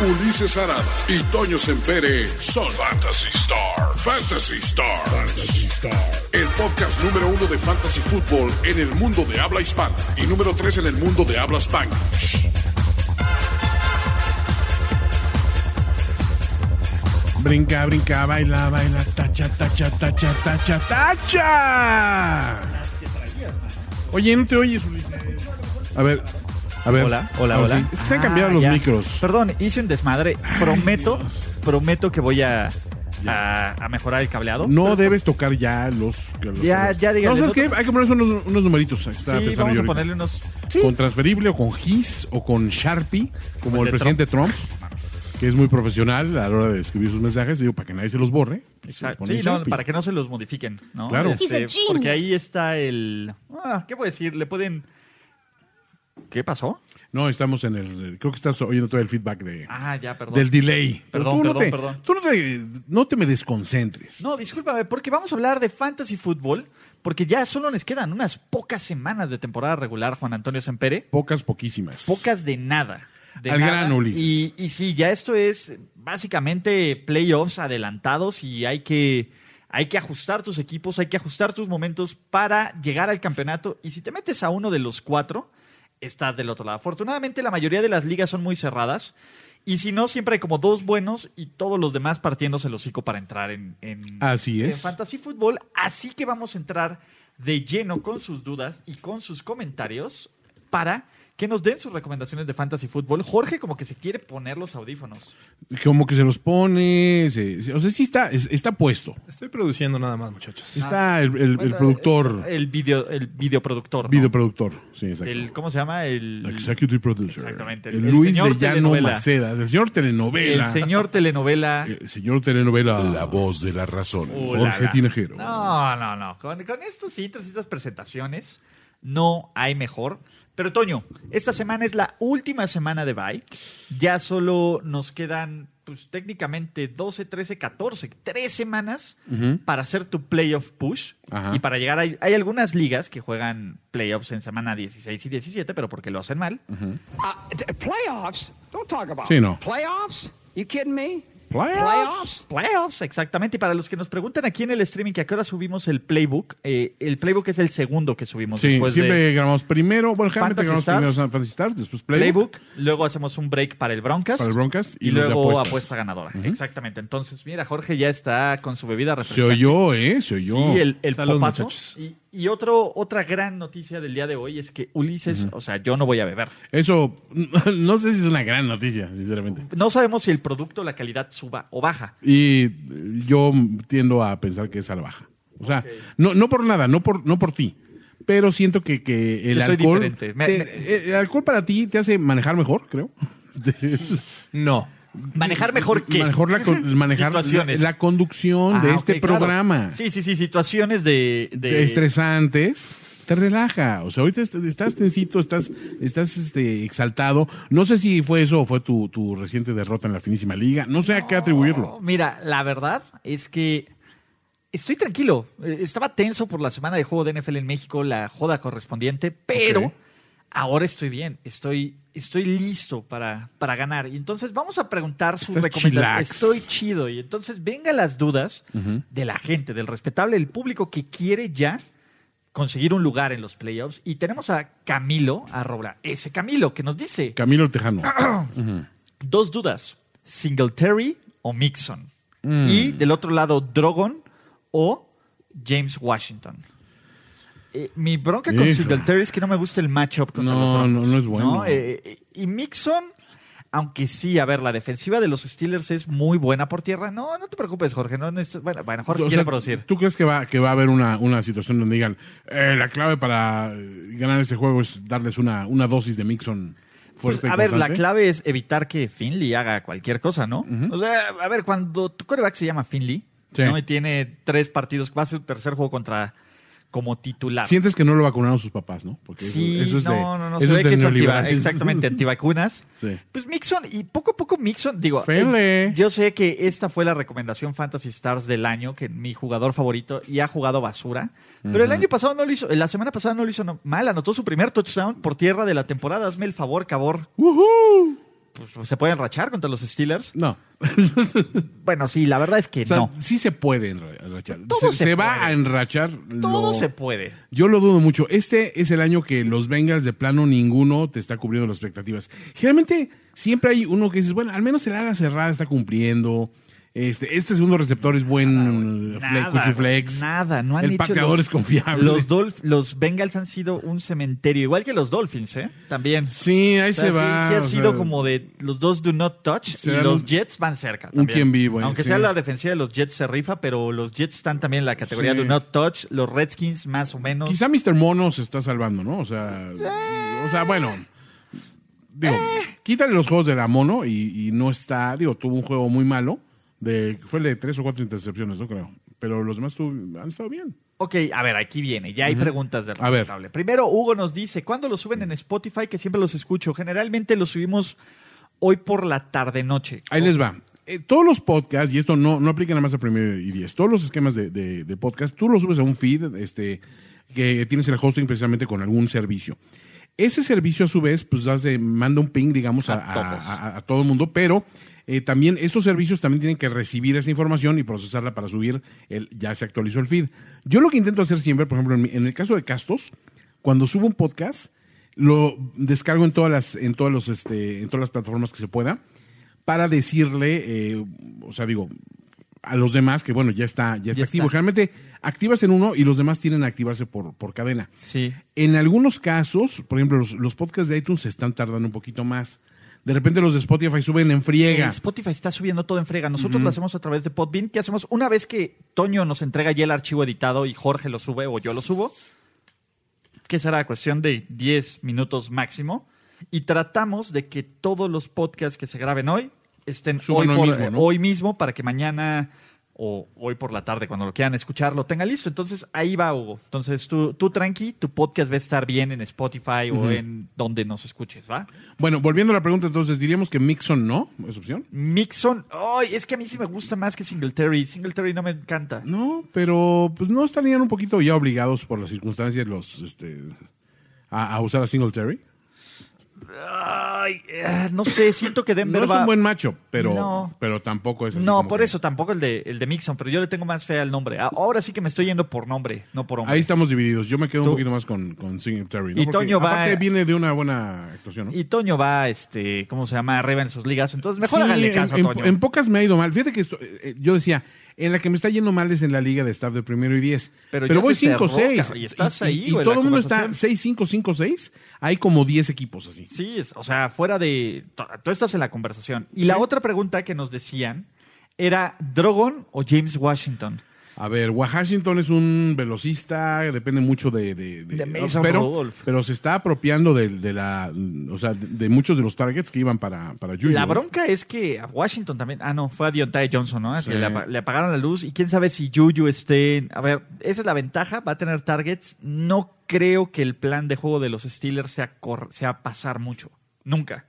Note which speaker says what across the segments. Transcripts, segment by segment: Speaker 1: Ulises Arada y Toño Sempere son Fantasy Star. Fantasy Star. El podcast número uno de Fantasy Football en el mundo de habla hispana y número tres en el mundo de habla hispana.
Speaker 2: Brinca, brinca, baila, baila, tacha, tacha, tacha, tacha, tacha. Oye, no te oyes, Ulises. A ver, a ver.
Speaker 3: Hola, hola,
Speaker 2: Ahora
Speaker 3: hola.
Speaker 2: sí. Es que han cambiado
Speaker 3: Ah,
Speaker 2: los
Speaker 3: ya.
Speaker 2: micros.
Speaker 3: Perdón, hice un desmadre. Prometo, prometo que voy a, a, a mejorar el cableado.
Speaker 2: No debes tocar ya los. los-
Speaker 3: Ya- ya díganle,
Speaker 2: No, ¿sabes
Speaker 3: no
Speaker 2: qué?
Speaker 3: to-
Speaker 2: Hay que ponerse unos, unos numeritos. Estaba pensando
Speaker 3: Sí, vamos
Speaker 2: yo
Speaker 3: a
Speaker 2: ahorita.
Speaker 3: ponerle unos. Sí.
Speaker 2: Con transferible o con GIS o con Sharpie, como
Speaker 3: Con
Speaker 2: el,
Speaker 3: de
Speaker 2: presidente Trump. que es muy profesional a la hora de escribir sus mensajes. Digo, para que nadie se los borre. se los
Speaker 3: Exacto.
Speaker 2: pone
Speaker 3: Sí,
Speaker 2: en
Speaker 3: no,
Speaker 2: Sharpie.
Speaker 3: para que no se los modifiquen, ¿no?
Speaker 2: Claro.
Speaker 3: Este,
Speaker 4: He's a genius.
Speaker 3: porque ahí está el. Ah, ¿Qué puedo decir? Le pueden. ¿Qué pasó?
Speaker 2: No, estamos en el. Creo que estás oyendo todo el feedback de,
Speaker 3: Ah, ya, perdón.
Speaker 2: del delay. Pero
Speaker 3: Perdón,
Speaker 2: tú no
Speaker 3: perdón,
Speaker 2: te-
Speaker 3: perdón.
Speaker 2: Tú no te, no te me desconcentres.
Speaker 3: No, discúlpame, porque vamos a hablar de fantasy fútbol, porque ya solo nos quedan unas pocas semanas de temporada regular, Juan Antonio Sempere.
Speaker 2: Pocas, poquísimas.
Speaker 3: pocas de nada. De
Speaker 2: Al
Speaker 3: nada.
Speaker 2: grano, Ulises.
Speaker 3: Y, y sí, ya esto es básicamente playoffs adelantados y hay que, hay que ajustar tus equipos, hay que ajustar tus momentos para llegar al campeonato. Y si te metes a uno de los cuatro, estás del otro lado. Afortunadamente, la mayoría de las ligas son muy cerradas. Y si no, siempre hay como dos buenos y todos los demás partiéndose el hocico para entrar en, en,
Speaker 2: Así
Speaker 3: en
Speaker 2: es.
Speaker 3: Fantasy Fútbol. Así que vamos a entrar de lleno con sus dudas y con sus comentarios para que nos den sus recomendaciones de Fantasy Fútbol. Jorge como que se quiere poner los audífonos.
Speaker 2: Como que se los pone. se- se- o sea, sí está, es- está puesto.
Speaker 5: Estoy produciendo nada más, muchachos.
Speaker 2: Está el, el- el
Speaker 3: Ah. Bueno,
Speaker 2: productor,
Speaker 3: El, video, el videoproductor. ¿no?
Speaker 2: videoproductor. Sí, exacto.
Speaker 3: El- ¿Cómo se llama? El,
Speaker 2: Executive producer.
Speaker 3: Exactamente.
Speaker 2: El,
Speaker 3: El- el
Speaker 2: Luis
Speaker 3: señor
Speaker 2: de Llano
Speaker 3: telenovela.
Speaker 2: Maceda. El señor telenovela.
Speaker 3: el señor telenovela.
Speaker 2: Eh, señor telenovela.
Speaker 6: La voz de la razón.
Speaker 3: Oh,
Speaker 2: Jorge Tinajero.
Speaker 3: No, no, no. Con, con estos hitos y estas presentaciones no hay mejor. Pero Toño, esta semana es la última semana de bye. Ya solo nos quedan pues técnicamente 12, 13, 14, tres semanas para hacer tu playoff push
Speaker 2: Ajá.
Speaker 3: y para llegar a... Hay algunas ligas que juegan playoffs en semana 16 y 17, pero porque lo hacen mal.
Speaker 7: Uh, d- playoffs? Don't talk about
Speaker 2: Sí, no.
Speaker 7: playoffs. You kidding me?
Speaker 3: Playoffs. Playoffs, exactamente. Y para los que nos preguntan aquí en el streaming que a qué hora subimos el playbook, eh, el playbook es el segundo que subimos
Speaker 2: Sí,
Speaker 3: después
Speaker 2: siempre
Speaker 3: de
Speaker 2: grabamos primero. Bueno, generalmente grabamos
Speaker 3: Fantasy Stars.
Speaker 2: primero San Francisco Stars, después Playbook.
Speaker 3: playbook. Luego hacemos un break para el Broncast.
Speaker 2: Para el Broncast y
Speaker 3: Y,
Speaker 2: los de
Speaker 3: luego
Speaker 2: apuestas.
Speaker 3: apuesta ganadora.
Speaker 2: Ujú.
Speaker 3: Exactamente. Entonces, mira, Jorge ya está con su bebida
Speaker 2: Se
Speaker 3: refrescante.
Speaker 2: oyó, ¿eh? Se oyó.
Speaker 3: Sí, el, el
Speaker 5: Salud,
Speaker 3: popazo.
Speaker 5: muchachos.
Speaker 3: Y, y otro, otra gran noticia del día de hoy es que Ulises, o sea, yo no voy a beber.
Speaker 2: Eso, no sé si es una gran noticia, sinceramente.
Speaker 3: No sabemos si el producto, la calidad suba o baja.
Speaker 2: Y eh, yo tiendo a pensar que es a la baja. O sea, no, no por nada, no por, no por ti. Pero siento que, que el
Speaker 3: Yo soy
Speaker 2: alcohol.
Speaker 3: diferente. Me-
Speaker 2: te-
Speaker 3: me-
Speaker 2: eh, el alcohol para ti te hace manejar mejor, creo.
Speaker 5: No.
Speaker 3: Manejar mejor que.
Speaker 2: Manejar la, con- manejar la,
Speaker 3: Situaciones.
Speaker 2: la conducción de
Speaker 3: Ah,
Speaker 2: este
Speaker 3: ok, claro.
Speaker 2: programa.
Speaker 3: Sí, sí, sí, situaciones de...
Speaker 2: de estresantes, te relaja. O sea, ahorita est- estás tensito, estás, estás este, exaltado. No sé si fue eso o fue tu, tu reciente derrota en la finísima liga. No sé a qué
Speaker 3: Oh,
Speaker 2: atribuirlo.
Speaker 3: Mira, la verdad es que estoy tranquilo. Eh, Estaba tenso por la semana de juego de NFL en México, la joda correspondiente, pero
Speaker 2: Ok.
Speaker 3: ahora estoy bien. Estoy, estoy listo para, para ganar. Y entonces vamos a preguntar sus
Speaker 2: Estás
Speaker 3: recomendaciones.
Speaker 2: chilax.
Speaker 3: Estoy chido. Y entonces venga las dudas de la gente, del respetable, del público que quiere ya conseguir un lugar en los playoffs. Y tenemos a Camilo Arroba, ese Camilo que nos dice
Speaker 2: Camilo el Tejano.
Speaker 3: dos dudas: Singletary o Mixon.
Speaker 2: Mm.
Speaker 3: Y del otro lado, Drogon o James Washington. Eh, mi bronca con
Speaker 2: Hijo.
Speaker 3: Singletary es que no me gusta el matchup contra
Speaker 2: No,
Speaker 3: los Broncos,
Speaker 2: no, no es bueno.
Speaker 3: Eh, eh, y Mixon, aunque sí, a ver, la defensiva de los Steelers es muy buena por tierra. No, no te preocupes, Jorge. No necesitas- bueno, bueno, Jorge
Speaker 2: O
Speaker 3: quiere
Speaker 2: sea,
Speaker 3: producir.
Speaker 2: ¿Tú crees que va, que va a haber una, una situación donde digan eh, la clave para eh, ganar este juego es darles una, una dosis de Mixon fuerte?
Speaker 3: Pues,
Speaker 2: y
Speaker 3: a ver, la
Speaker 2: constante?
Speaker 3: clave es evitar que Finley haga cualquier cosa, ¿no? O sea, a ver, cuando tu coreback se llama Finley,
Speaker 2: Sí.
Speaker 3: ¿no? Y tiene tres partidos, va a ser su tercer juego contra, como titular.
Speaker 2: Sientes que no lo vacunaron sus papás, ¿no? Porque eso-
Speaker 3: Sí,
Speaker 2: eso, es de,
Speaker 3: no, no, no,
Speaker 2: eso
Speaker 3: se ve
Speaker 2: es de
Speaker 3: que es antiva,
Speaker 2: neoliberales.
Speaker 3: exactamente antivacunas.
Speaker 2: Sí.
Speaker 3: Pues Mixon, y poco a poco Mixon, digo,
Speaker 2: Fele.
Speaker 3: eh, yo sé que esta fue la recomendación Fantasy Stars del año, que mi jugador favorito, y ha jugado basura, pero el año pasado no lo hizo, la semana pasada no lo hizo no- mal, anotó su primer touchdown por tierra de la temporada, hazme el favor, cabor,
Speaker 2: ¡Woohoo!
Speaker 3: pues, se pueden rachar contra los Steelers.
Speaker 2: No.
Speaker 3: Bueno, sí, la verdad es que
Speaker 2: O sea,
Speaker 3: no.
Speaker 2: sí se puede enra- enrachar.
Speaker 3: Todo
Speaker 2: se
Speaker 3: se
Speaker 2: se va
Speaker 3: puede.
Speaker 2: a enrachar.
Speaker 3: Todo
Speaker 2: lo-
Speaker 3: se puede.
Speaker 2: Yo lo dudo mucho. Este es el año que los Bengals de plano ninguno te está cubriendo las expectativas. Generalmente siempre hay uno que dices, bueno, al menos el ala cerrada está cumpliendo. Este, este segundo receptor es buen eh, fle-
Speaker 3: Nada,
Speaker 2: cuchiflex.
Speaker 3: Nada, no han
Speaker 2: El
Speaker 3: hecho
Speaker 2: pateador
Speaker 3: los-
Speaker 2: es confiable.
Speaker 3: Los, Dolph- los Bengals han sido un cementerio, igual que los Dolphins, ¿eh? También.
Speaker 2: Sí, ahí
Speaker 3: O sea,
Speaker 2: se
Speaker 3: sí-
Speaker 2: va.
Speaker 3: sí ha
Speaker 2: o
Speaker 3: sido
Speaker 2: sea,
Speaker 3: como de los dos do not touch y
Speaker 2: se dan
Speaker 3: los
Speaker 2: un-
Speaker 3: Jets van cerca.
Speaker 2: un
Speaker 3: también.
Speaker 2: quien vivo ahí,
Speaker 3: Aunque
Speaker 2: sí.
Speaker 3: sea la defensiva de los Jets se rifa, pero los Jets están también en la categoría
Speaker 2: Sí.
Speaker 3: do not touch, los Redskins más o menos.
Speaker 2: Quizá Mr. Mono se está salvando, ¿no? O sea, o sea bueno. Digo, quítale los juegos de la Mono y, y no está. Digo, tuvo un juego muy malo. De, fue el de tres o cuatro intercepciones, no creo. Pero los demás tuvo- han estado bien.
Speaker 3: Ok, a ver, aquí viene, ya hay preguntas de
Speaker 2: A ver.
Speaker 3: respetable. Primero, Hugo nos dice, ¿cuándo los suben en Spotify? Que siempre los escucho. Generalmente los subimos hoy por la tarde-noche.
Speaker 2: Ahí les va. Eh, todos los podcasts, y esto no, no aplica nada más a primero y diez, todos los esquemas de, de- de podcast, tú los subes a un feed este, que tienes el hosting precisamente con algún servicio. Ese servicio, a su vez, pues hace- manda un ping, digamos, a,
Speaker 3: A todos.
Speaker 2: a- a- a todo el mundo, pero eh, también estos servicios también tienen que recibir esa información y procesarla para subir, el, ya se actualizó el feed. Yo lo que intento hacer siempre, por ejemplo, en, mi- en el caso de Castos, cuando subo un podcast, lo descargo en todas las, en todos los, este, en todas las plataformas que se pueda para decirle, eh, o sea, digo, a los demás que, bueno, ya está, ya está
Speaker 3: Ya
Speaker 2: activo.
Speaker 3: está.
Speaker 2: Generalmente activas en uno y los demás tienen a activarse por, por cadena.
Speaker 3: Sí.
Speaker 2: En algunos casos, por ejemplo, los, los podcasts de iTunes se están tardando un poquito más. De repente los de Spotify suben en
Speaker 3: En
Speaker 2: friega.
Speaker 3: Spotify está subiendo todo en frega. Nosotros lo hacemos a través de Podbean. ¿Qué hacemos? Una vez que Toño nos entrega ya el archivo editado y Jorge lo sube o yo lo subo, que será cuestión de 10 minutos máximo, y tratamos de que todos los podcasts que se graben hoy estén hoy,
Speaker 2: Suban hoy
Speaker 3: por-
Speaker 2: mismo, ¿no?
Speaker 3: hoy mismo para que mañana o hoy por la tarde, cuando lo quieran escuchar, lo tenga listo. Entonces ahí va Hugo. Entonces tú, tú tranqui, tu podcast va a estar bien en Spotify o en donde nos escuches, ¿va?
Speaker 2: Bueno, volviendo a la pregunta, entonces diríamos que Mixon no, es opción.
Speaker 3: Mixon, ay, es que a mí sí me gusta más que Singletary. Singletary no me encanta.
Speaker 2: No, pero pues no estarían un poquito ya obligados por las circunstancias los este a, a usar a Singletary.
Speaker 3: Ay, eh, no sé, siento que
Speaker 2: No
Speaker 3: Denver
Speaker 2: es
Speaker 3: va.
Speaker 2: un buen macho, pero,
Speaker 3: No.
Speaker 2: pero tampoco es así
Speaker 3: no,
Speaker 2: como
Speaker 3: por
Speaker 2: que-
Speaker 3: eso tampoco el de, el de Mixon, pero yo le tengo más fe al nombre. A- Ahora sí que me estoy yendo por nombre, no por hombre.
Speaker 2: Ahí estamos divididos. Yo me quedo
Speaker 3: Tú.
Speaker 2: un poquito más con, con Singletary. ¿no?
Speaker 3: Y
Speaker 2: Porque
Speaker 3: Toño va-
Speaker 2: Aparte viene de una buena actuación, ¿no?
Speaker 3: Y Toño va, este, ¿cómo se llama? Arriba en sus ligas. Entonces, mejor
Speaker 2: Sí,
Speaker 3: háganle
Speaker 2: en-
Speaker 3: caso
Speaker 2: en,
Speaker 3: a Toño.
Speaker 2: en pocas me ha ido mal. Fíjate que esto- eh, eh, yo decía, en la que me está yendo mal es en la liga de staff de primero y diez.
Speaker 3: Pero
Speaker 2: Pero,
Speaker 3: ya
Speaker 2: voy
Speaker 3: se cerró,
Speaker 2: 5-6.
Speaker 3: cabrón, y estás ahí,
Speaker 2: y
Speaker 3: güey,
Speaker 2: todo
Speaker 3: la
Speaker 2: el mundo está
Speaker 3: conversación.
Speaker 2: 6-5, 5-6. Hay como 10 equipos así.
Speaker 3: Sí, es- o sea, fuera de. to- Tú estás en la conversación. Y la otra pregunta que nos decían era: ¿Drogon o James Washington?
Speaker 2: A ver, Washington es un velocista, depende mucho de... de- de-
Speaker 3: De Mason
Speaker 2: pero,
Speaker 3: Rudolph.
Speaker 2: pero se está apropiando de, de la... O sea, de, de muchos de los targets que iban para, para Juju.
Speaker 3: La bronca es que a Washington también. Ah, no, fue a Deontay Johnson, ¿no?
Speaker 2: Sí.
Speaker 3: Que le, apa- le apagaron la luz y quién sabe si Juju esté. en- A ver, esa es la ventaja, va a tener targets. No creo que el plan de juego de los Steelers sea, cor- sea pasar mucho. Nunca.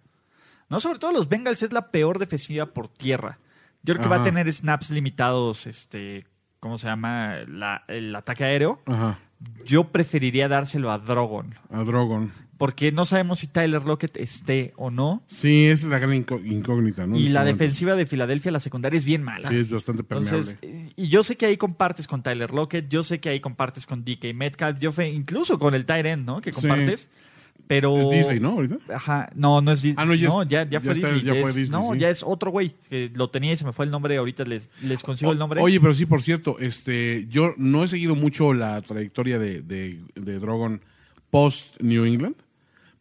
Speaker 3: No, sobre todo los Bengals es la peor defensiva por tierra. Yo creo que va a
Speaker 2: Ajá.
Speaker 3: tener snaps limitados, este, ¿cómo se llama? La- el ataque aéreo.
Speaker 2: Ajá,
Speaker 3: Yo preferiría dárselo a Drogon,
Speaker 2: a Drogon.
Speaker 3: porque no sabemos si Tyler Lockett esté o no.
Speaker 2: Sí, es la gran incó- incógnita, ¿no?
Speaker 3: Y
Speaker 2: En este
Speaker 3: la
Speaker 2: momento.
Speaker 3: defensiva de Filadelfia, la secundaria, es bien mala.
Speaker 2: Sí, es bastante permeable.
Speaker 3: Entonces, eh, y yo sé que ahí compartes con Tyler Lockett, yo sé que ahí compartes con DK Metcalf, yo fe- incluso con el Tyrant, ¿no? Que
Speaker 2: Sí.
Speaker 3: compartes. Pero.
Speaker 2: Es Disney, ¿no? Ahorita.
Speaker 3: Ajá. No, no es Disney.
Speaker 2: Ah, no, ya es-
Speaker 3: no, ya, ya
Speaker 2: ya
Speaker 3: fue
Speaker 2: está-
Speaker 3: Disney.
Speaker 2: ya fue
Speaker 3: es-
Speaker 2: Disney,
Speaker 3: no,
Speaker 2: sí.
Speaker 3: ya es otro güey. que Lo tenía y se me fue el nombre. Ahorita les, les consigo el nombre.
Speaker 2: Oye, pero sí, por cierto, este, yo no he seguido mucho la trayectoria de, de, de Drogon post New England,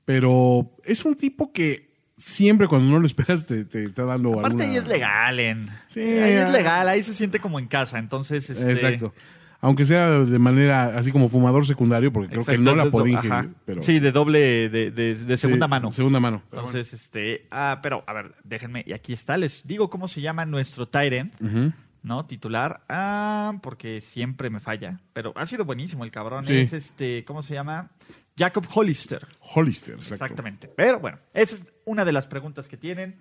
Speaker 2: pero es un tipo que siempre cuando no lo esperas te, te está dando
Speaker 3: Aparte,
Speaker 2: alguna-
Speaker 3: ahí es legal, en.
Speaker 2: Sí,
Speaker 3: ahí es
Speaker 2: ah.
Speaker 3: legal, ahí se siente como en casa. Entonces, este.
Speaker 2: Exacto. Aunque sea de manera así como fumador secundario, porque creo
Speaker 3: exacto,
Speaker 2: que no la
Speaker 3: entonces,
Speaker 2: podía
Speaker 3: do- ajá.
Speaker 2: ingerir. Pero,
Speaker 3: sí, de doble, de, de- de
Speaker 2: sí,
Speaker 3: segunda mano.
Speaker 2: Segunda mano.
Speaker 3: Entonces, este, ah, pero a ver, déjenme, y aquí está, les digo cómo se llama nuestro Tyrant,
Speaker 2: Ujú.
Speaker 3: ¿no? Titular. Ah, porque siempre me falla. Pero ha sido buenísimo el cabrón.
Speaker 2: Sí.
Speaker 3: Es este, ¿cómo se llama? Jacob Hollister.
Speaker 2: Hollister, exacto.
Speaker 3: Exactamente. Pero bueno, esa es una de las preguntas que tienen.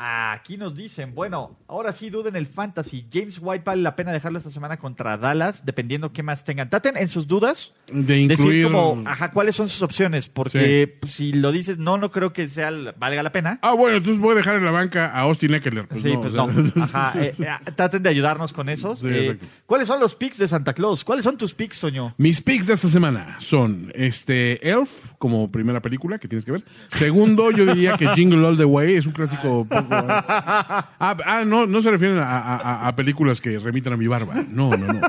Speaker 3: Aquí nos dicen, bueno, ahora sí duden el fantasy. James White vale la pena dejarlo esta semana contra Dallas, dependiendo qué más tengan. Traten en sus dudas
Speaker 2: De
Speaker 3: decir
Speaker 2: incluir-
Speaker 3: como, ajá, cuáles son sus opciones, porque pues, si lo dices, no, no creo que sea valga la pena.
Speaker 2: Ah, bueno, entonces voy a dejar en la banca a Austin Eckler. Pues
Speaker 3: sí,
Speaker 2: no, o
Speaker 3: pues
Speaker 2: sea,
Speaker 3: no. Ajá, eh, eh, traten de ayudarnos con esos.
Speaker 2: Sí,
Speaker 3: Eh,
Speaker 2: exacto.
Speaker 3: ¿Cuáles son los picks de Santa Claus? ¿Cuáles son tus picks, Toño?
Speaker 2: Mis picks de esta semana son este Elf como primera película que tienes que ver. Segundo, yo diría que Jingle All the Way es un clásico. poco- ah, ah, no, no se refieren a, a- a- a películas que remitan a mi barba. No, no, no.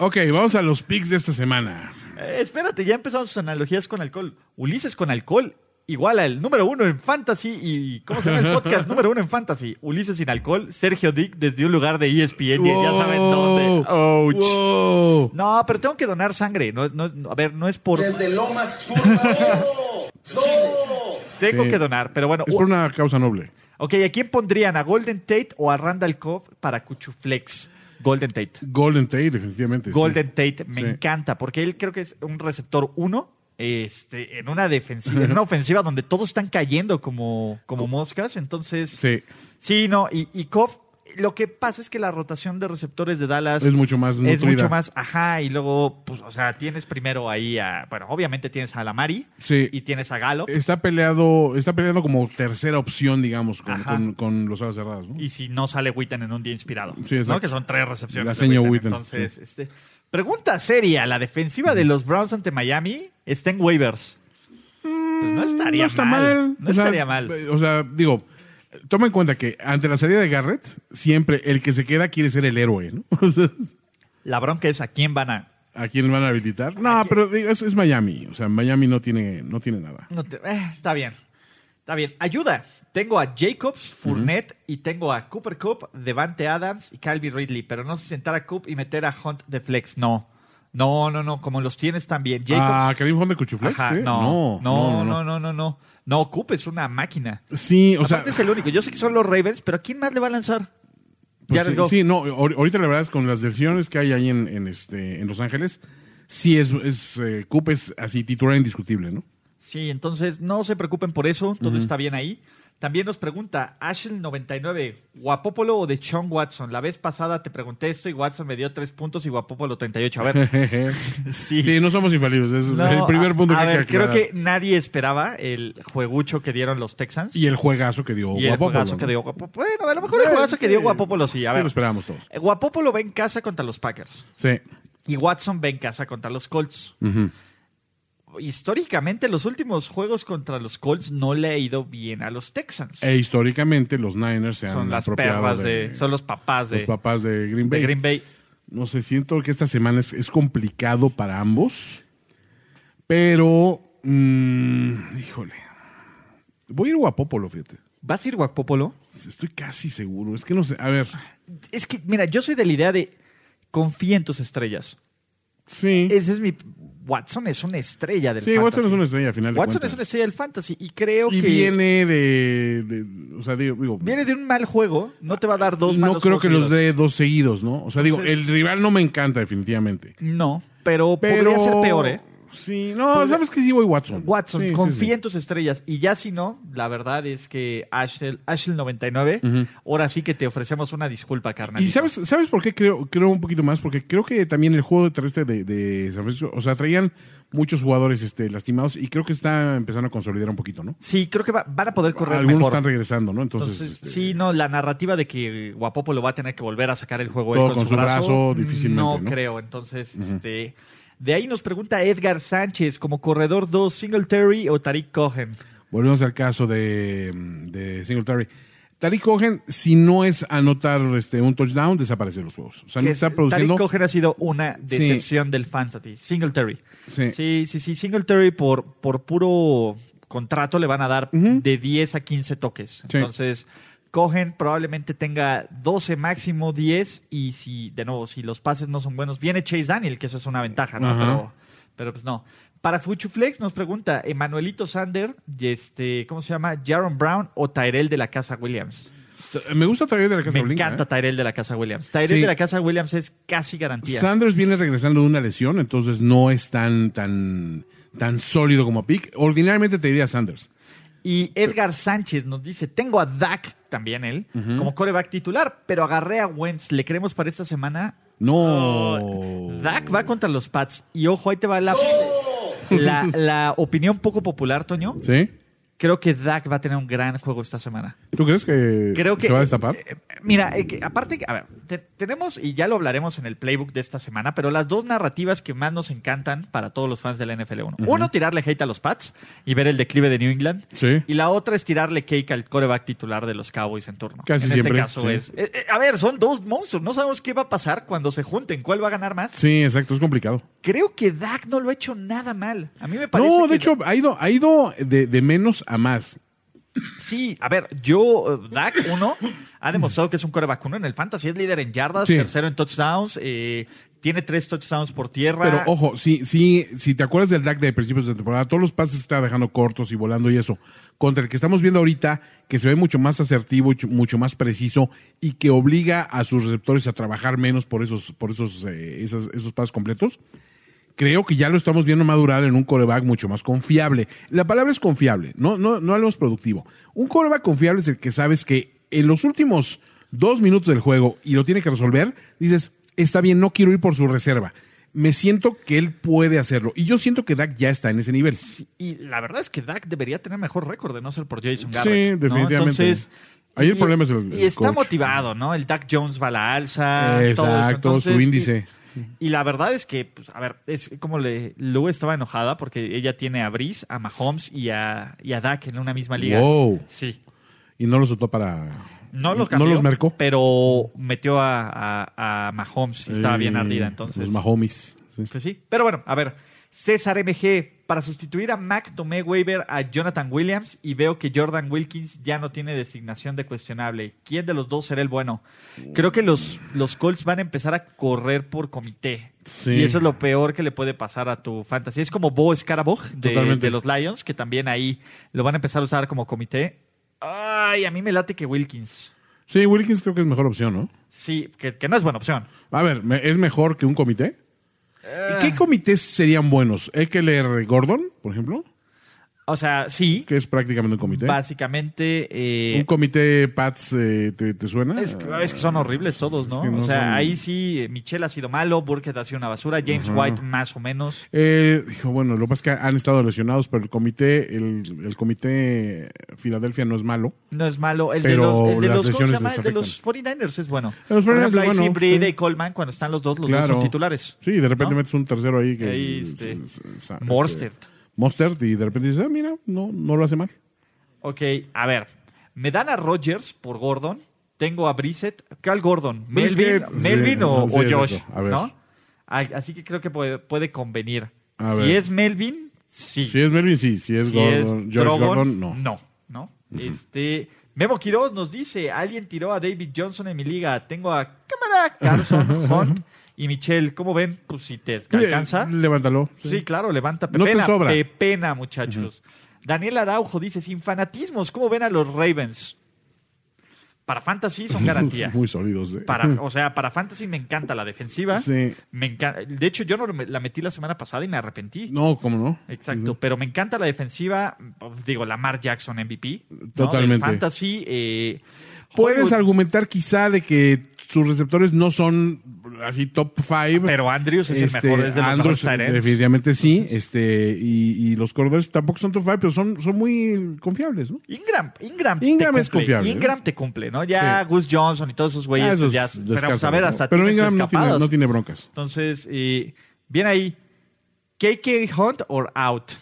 Speaker 2: Ok, vamos a los picks de esta semana.
Speaker 3: Eh, espérate, ya empezamos sus analogías con alcohol. Ulises con alcohol igual al número uno en fantasy y ¿cómo se llama el podcast? número uno en fantasy. Ulises sin alcohol, Sergio Dick desde un lugar de E ESPN, ya- ya saben dónde.
Speaker 2: Wow.
Speaker 3: Ouch.
Speaker 2: Wow.
Speaker 3: No, pero tengo que donar sangre. No, es- no es- a ver, no es por...
Speaker 4: Desde Lomas Curva. ¡No! ¡No!
Speaker 3: Tengo
Speaker 2: Sí.
Speaker 3: que donar, pero bueno.
Speaker 2: Es por una causa noble.
Speaker 3: Ok, ¿a quién pondrían? ¿A Golden Tate o a Randall Cobb para Cuchuflex? Golden Tate.
Speaker 2: Golden Tate, definitivamente. sí.
Speaker 3: Golden Tate, me
Speaker 2: Sí.
Speaker 3: encanta, porque él creo que es un receptor uno. Este, en una defensiva, en una ofensiva donde todos están cayendo como, como moscas. Entonces,
Speaker 2: Sí.
Speaker 3: sí, no, y, y Goff, lo que pasa es que la rotación de receptores de Dallas
Speaker 2: Es mucho más
Speaker 3: es
Speaker 2: nutrida.
Speaker 3: mucho más, ajá, y luego, pues, o sea, tienes primero ahí a, bueno, obviamente tienes a Lamari
Speaker 2: Sí.
Speaker 3: y tienes a Galo.
Speaker 2: Está peleado, está peleando como tercera opción, digamos, con,
Speaker 3: Ajá.
Speaker 2: con- con los alas cerradas, ¿no?
Speaker 3: y si no sale Witten en un día inspirado.
Speaker 2: Sí, exacto.
Speaker 3: ¿no? Que son tres recepciones.
Speaker 2: La
Speaker 3: de
Speaker 2: señor Witten,
Speaker 3: Entonces, este, pregunta seria: ¿la defensiva de los Browns ante Miami está en waivers? Pues no estaría
Speaker 2: Mm, no está
Speaker 3: mal.
Speaker 2: mal.
Speaker 3: No
Speaker 2: O sea,
Speaker 3: estaría mal.
Speaker 2: eh, O sea, digo, toma en cuenta que ante la salida de Garrett, siempre el que se queda quiere ser el héroe, ¿no? O sea,
Speaker 3: La bronca es a quién van a.
Speaker 2: ¿A quién van a habilitar? No, pero digo, es, es Miami. O sea, Miami no tiene, no tiene nada.
Speaker 3: no te- eh, está bien. Está bien. Ayuda. Tengo a Jacobs, Fournette y tengo a Cooper Cup, Devante Adams y Calvin Ridley. Pero no sé sentar a Cup y meter a Hunt de flex. No. No, no, no. Como los tienes también. Jacobs.
Speaker 2: ¿A Ah, Karim Hunt de Cuchuflex?
Speaker 3: Ajá,
Speaker 2: ¿eh?
Speaker 3: no, no, no, no, no, no, no. Coop es una máquina.
Speaker 2: Sí, o sea.
Speaker 3: Aparte es el único. Yo sé que son los Ravens, pero ¿a quién más le va a lanzar?
Speaker 2: Pues
Speaker 3: Jared
Speaker 2: sí,
Speaker 3: Goff.
Speaker 2: sí, no, ahor- ahorita la verdad es con las lesiones que hay ahí en, en este, en Los Ángeles, sí es, es eh, Coop es así titular indiscutible, ¿no?
Speaker 3: Sí, entonces no se preocupen por eso. Todo está bien ahí. También nos pregunta Ashley99, ¿Guapopolo o de Sean Watson? La vez pasada te pregunté esto y Watson me dio 3 puntos y Guapopolo 38. A ver, sí.
Speaker 2: sí, no somos infalibles, es
Speaker 3: No,
Speaker 2: el primer punto que
Speaker 3: a,
Speaker 2: hay
Speaker 3: ver,
Speaker 2: que
Speaker 3: creo
Speaker 2: aclarar.
Speaker 3: que nadie esperaba el juegucho que dieron los Texans.
Speaker 2: Y el juegazo que dio
Speaker 3: Y el
Speaker 2: Guapopolo,
Speaker 3: juegazo
Speaker 2: ¿no? Eh,
Speaker 3: que dio Guapopolo. Bueno, a lo mejor el juegazo que dio Guapopolo sí. A
Speaker 2: Sí,
Speaker 3: ver,
Speaker 2: lo esperábamos todos.
Speaker 3: Eh, Guapopolo va en casa contra los Packers
Speaker 2: Sí.
Speaker 3: y Watson va en casa contra los Colts.
Speaker 2: Ujú.
Speaker 3: Históricamente, los últimos juegos contra los Colts no le ha ido bien a los Texans.
Speaker 2: E históricamente los Niners se han
Speaker 3: son las
Speaker 2: apropiado
Speaker 3: perras
Speaker 2: de,
Speaker 3: de, Son los papás de,
Speaker 2: los papás de Green
Speaker 3: de
Speaker 2: Bay.
Speaker 3: Green Bay.
Speaker 2: No sé, siento que esta semana es, es complicado para ambos, pero... mm, híjole. Voy a ir Guapopolo, fíjate.
Speaker 3: ¿Vas a ir Guapopolo?
Speaker 2: Estoy casi seguro. Es que no sé. A ver.
Speaker 3: Es que, mira, yo soy de la idea de confía en tus estrellas.
Speaker 2: Sí.
Speaker 3: Ese es mi. Watson es una estrella del
Speaker 2: Sí,
Speaker 3: fantasy.
Speaker 2: Watson es una estrella al final. de
Speaker 3: Watson
Speaker 2: cuentas.
Speaker 3: es una estrella del fantasy y creo
Speaker 2: Y
Speaker 3: que
Speaker 2: viene de, de- O sea, digo. digo,
Speaker 3: viene de un mal juego. No te va a dar dos
Speaker 2: no
Speaker 3: malos
Speaker 2: creo que los
Speaker 3: juegos seguidos.
Speaker 2: dé dos seguidos, ¿no? O sea, digo,
Speaker 3: Entonces-
Speaker 2: el rival no me encanta, definitivamente.
Speaker 3: No, pero,
Speaker 2: Pero.
Speaker 3: podría ser peor, ¿eh?
Speaker 2: Sí, no,
Speaker 3: Podría-
Speaker 2: sabes que sí voy Watson.
Speaker 3: Watson,
Speaker 2: Sí, sí,
Speaker 3: confía
Speaker 2: sí.
Speaker 3: en tus estrellas. Y ya si no, la verdad es que Ashel, Ashel 99, ahora sí que te ofrecemos una disculpa, carnal.
Speaker 2: ¿Y sabes, sabes por qué creo, creo un poquito más? Porque creo que también el juego terrestre de, de San Francisco, o sea, traían muchos jugadores este, lastimados y creo que está empezando a consolidar un poquito, ¿no?
Speaker 3: Sí, creo que va- van a poder correr
Speaker 2: Algunos
Speaker 3: mejor.
Speaker 2: están regresando, ¿no? Entonces,
Speaker 3: Entonces,
Speaker 2: este,
Speaker 3: sí, no, la narrativa de que Guapopo lo va a tener que volver a sacar el juego él
Speaker 2: Todo con su brazo, difícilmente,
Speaker 3: mm, No,
Speaker 2: ¿no?
Speaker 3: creo. Entonces, este, de ahí nos pregunta Edgar Sánchez, como corredor 2, Singletary o Tariq Cohen.
Speaker 2: Volvemos al caso de, de Singletary. Tariq Cohen, si no es anotar este, un touchdown, desaparece de los juegos. O sea,
Speaker 3: Que
Speaker 2: no
Speaker 3: es-
Speaker 2: está produciendo.
Speaker 3: Tariq Cohen ha sido una
Speaker 2: Sí.
Speaker 3: decepción del fantasy. Singletary.
Speaker 2: Sí.
Speaker 3: sí, sí. sí, Singletary por, por puro contrato le van a dar de 10 a 15 toques.
Speaker 2: Sí.
Speaker 3: Entonces, Cohen probablemente tenga 12 máximo 10 y si, de nuevo, si los pases no son buenos, viene Chase Daniel, que eso es una ventaja, ¿no?
Speaker 2: Ajá.
Speaker 3: Pero, pero pues no. Para Fuchuflex nos pregunta Emanuelito Sander, y este, ¿cómo se llama? Jaron Brown o Tyrell de la Casa Williams.
Speaker 2: T- Me gusta Tyrell de la Casa
Speaker 3: Me
Speaker 2: Blanca,
Speaker 3: encanta
Speaker 2: ¿eh?
Speaker 3: Tyrell de la Casa Williams. Tyrell
Speaker 2: Sí.
Speaker 3: de la Casa Williams es casi garantía.
Speaker 2: Sanders viene regresando de una lesión, entonces no es tan, tan, tan sólido como Pick. Ordinariamente te diría Sanders.
Speaker 3: Y Edgar Sánchez nos dice, tengo a Dak, también él, como coreback titular, pero agarré a Wentz. ¿Le creemos para esta semana? Oh,
Speaker 2: No.
Speaker 3: Dak va contra los Pats. Y ojo, ahí te va la, la, la opinión poco popular, Toño.
Speaker 2: ¿Sí?
Speaker 3: Creo que Dak va a tener un gran juego esta semana.
Speaker 2: ¿Tú crees que,
Speaker 3: Creo que
Speaker 2: se va a destapar?
Speaker 3: eh, eh, mira, eh, que aparte, que- a ver, te- tenemos, y ya lo hablaremos en el playbook de esta semana, pero las dos narrativas que más nos encantan para todos los fans de la NFL 1. Uno, tirarle hate a los Pats y ver el declive de New England.
Speaker 2: Sí.
Speaker 3: Y la otra es tirarle cake al coreback titular de los Cowboys en turno.
Speaker 2: Casi
Speaker 3: en
Speaker 2: siempre,
Speaker 3: este caso
Speaker 2: sí.
Speaker 3: es. eh, eh, a ver, son dos monstruos. No sabemos qué va a pasar cuando se junten, cuál va a ganar más.
Speaker 2: Sí, exacto, es complicado.
Speaker 3: Creo que Dak no lo ha hecho nada mal. A mí me parece.
Speaker 2: no, de
Speaker 3: que-
Speaker 2: hecho, ha ido, ha ido de, de menos a más.
Speaker 3: Sí, a ver, yo, eh, Dak, uno, ha demostrado que es un coreback uno en el fantasy, es líder en yardas,
Speaker 2: Sí.
Speaker 3: tercero en touchdowns, eh, tiene tres touchdowns por tierra.
Speaker 2: Pero ojo, si, si, si te acuerdas del DAC de principios de temporada, todos los pases estaba dejando cortos y volando y eso. Contra el que estamos viendo ahorita, que se ve mucho más asertivo, y chu- mucho más preciso y que obliga a sus receptores a trabajar menos por esos, por esos, eh, esas- esos pases completos. Creo que ya lo estamos viendo madurar en un coreback mucho más confiable. La palabra es confiable, no, no, no hablamos productivo. Un coreback confiable es el que sabes que en los últimos dos minutos del juego y lo tiene que resolver, dices, está bien, no quiero ir por su reserva. Me siento que él puede hacerlo. Y yo siento que Dak ya está en ese nivel.
Speaker 3: y la verdad es que Dak debería tener mejor récord de no ser por Jason
Speaker 2: Sí,
Speaker 3: Garrett. ¿no?
Speaker 2: definitivamente.
Speaker 3: Entonces,
Speaker 2: Ahí
Speaker 3: y-
Speaker 2: el problema es el-
Speaker 3: Y
Speaker 2: el
Speaker 3: está
Speaker 2: coach.
Speaker 3: motivado, ¿no? El Dak Jones va a la alza. Ah, todo eso.
Speaker 2: Exacto, su
Speaker 3: Entonces,
Speaker 2: índice.
Speaker 3: Y, y la verdad es que, pues, a ver, es como le, Lou estaba enojada porque ella tiene a Brice, a Mahomes y a, y a Dak en una misma liga.
Speaker 2: Wow.
Speaker 3: Sí.
Speaker 2: Y no lo soltó para.
Speaker 3: No los cambió,
Speaker 2: los marcó.
Speaker 3: Pero metió a, a- a Mahomes. y Estaba bien
Speaker 2: Eh,
Speaker 3: ardida entonces.
Speaker 2: Los Mahomes. sí.
Speaker 3: Pues sí. Pero bueno, a ver. César MG, para sustituir a Mac, tomé waiver a Jonathan Williams y veo que Jordan Wilkins ya no tiene designación de cuestionable. ¿Quién de los dos será el bueno? Creo que los, los Colts van a empezar a correr por comité.
Speaker 2: Sí.
Speaker 3: Y eso es lo peor que le puede pasar a tu fantasy. Es como Bo Scarabog de,
Speaker 2: Totalmente.
Speaker 3: de los Lions, que también ahí lo van a empezar a usar como comité. Ay, a mí me late que Wilkins.
Speaker 2: Sí, Wilkins creo que es mejor opción, ¿no?
Speaker 3: Sí, que, que no es buena opción.
Speaker 2: A ver, ¿me- ¿es mejor que un comité? ¿Y
Speaker 3: Eh.
Speaker 2: ¿Qué comités serían buenos? ¿Eckler Gordon, por ejemplo?
Speaker 3: O sea, sí,
Speaker 2: Que es prácticamente un comité.
Speaker 3: básicamente. eh,
Speaker 2: ¿Un comité Pats eh, te, te suena?
Speaker 3: es, que, es que son horribles todos, ¿no?
Speaker 2: Es que no
Speaker 3: o sea,
Speaker 2: son-
Speaker 3: ahí sí, eh, Michelle ha sido malo, Burkett ha sido una basura, James White más o menos.
Speaker 2: Eh, dijo, bueno, lo que pasa es que han estado lesionados, pero el comité, el, el comité Filadelfia no es malo.
Speaker 3: No es malo. El
Speaker 2: Pero
Speaker 3: de los, el de
Speaker 2: las
Speaker 3: los, ¿cómo se
Speaker 2: lesiones
Speaker 3: llama?
Speaker 2: les
Speaker 3: El de los 49ers es bueno.
Speaker 2: Los 49ers
Speaker 3: Por ejemplo,
Speaker 2: es
Speaker 3: ahí sí,
Speaker 2: bueno,
Speaker 3: Brady
Speaker 2: sí.
Speaker 3: y Coleman, cuando están los dos, los dos
Speaker 2: Claro.
Speaker 3: son titulares.
Speaker 2: Sí, de repente
Speaker 3: ¿no?
Speaker 2: metes un tercero ahí que.
Speaker 3: Ahí, este,
Speaker 2: s- s- sa- este,
Speaker 3: Mostert.
Speaker 2: Mostert, y de repente dices, ah, mira, no, no lo hace mal.
Speaker 3: Ok, a ver. Me dan a Rogers por Gordon. Tengo a Brissett. ¿Cuál Gordon? ¿Melvin,
Speaker 2: Brisket.
Speaker 3: Melvin
Speaker 2: Sí,
Speaker 3: o,
Speaker 2: sí,
Speaker 3: o
Speaker 2: exacto.
Speaker 3: Josh?
Speaker 2: A ver.
Speaker 3: ¿no? A- Así que creo que puede, puede convenir.
Speaker 2: A
Speaker 3: si
Speaker 2: ver.
Speaker 3: es Melvin, sí.
Speaker 2: Si es Melvin, sí. Si es
Speaker 3: Si es
Speaker 2: Gordon, George
Speaker 3: Drogon,
Speaker 2: Gordon, no.
Speaker 3: No, ¿no? Este. Memo Quiroz nos dice: Alguien tiró a David Johnson en mi liga. Tengo a Cámara, Carson, Hunt y Michelle. ¿Cómo ven? Pues si te alcanza.
Speaker 2: Eh, Levántalo.
Speaker 3: Sí, claro, levanta.
Speaker 2: No te
Speaker 3: Pepena,
Speaker 2: sobra.
Speaker 3: Pepena, muchachos. Daniel Araujo dice, sin fanatismos, ¿cómo ven a los Ravens? Para fantasy son garantía.
Speaker 2: Muy sólidos. eh.
Speaker 3: Para, o sea, para fantasy me encanta la defensiva.
Speaker 2: Sí.
Speaker 3: Me encanta. De hecho, yo no me- la metí la semana pasada y me arrepentí.
Speaker 2: No, ¿cómo no?
Speaker 3: Exacto, pero me encanta la defensiva. Digo, Lamar Jackson MVP. ¿no? Del
Speaker 2: Totalmente.
Speaker 3: Fantasy. eh,
Speaker 2: Puedes
Speaker 3: Hollywood,
Speaker 2: argumentar quizá de que sus receptores no son así top 5.
Speaker 3: Pero Andrews es el mejor, es de los mejores tight ends.
Speaker 2: Este, definitivamente sí. Este, y, y los corredores tampoco son top 5, pero son, son muy confiables, ¿no?
Speaker 3: Ingram, Ingram, te
Speaker 2: Ingram es
Speaker 3: cumple.
Speaker 2: confiable,
Speaker 3: Ingram
Speaker 2: ¿eh?
Speaker 3: te cumple, ¿no? Ya
Speaker 2: Sí.
Speaker 3: Gus Johnson y todos esos
Speaker 2: Ah,
Speaker 3: güeyes,
Speaker 2: esos
Speaker 3: pues ya. Pero pues,
Speaker 2: descartan,
Speaker 3: a ver,
Speaker 2: ¿no?
Speaker 3: hasta
Speaker 2: Pero
Speaker 3: tienes
Speaker 2: Ingram no tiene,
Speaker 3: escapadas.
Speaker 2: no tiene broncas.
Speaker 3: Entonces, eh, bien ahí. KK Hunt or out.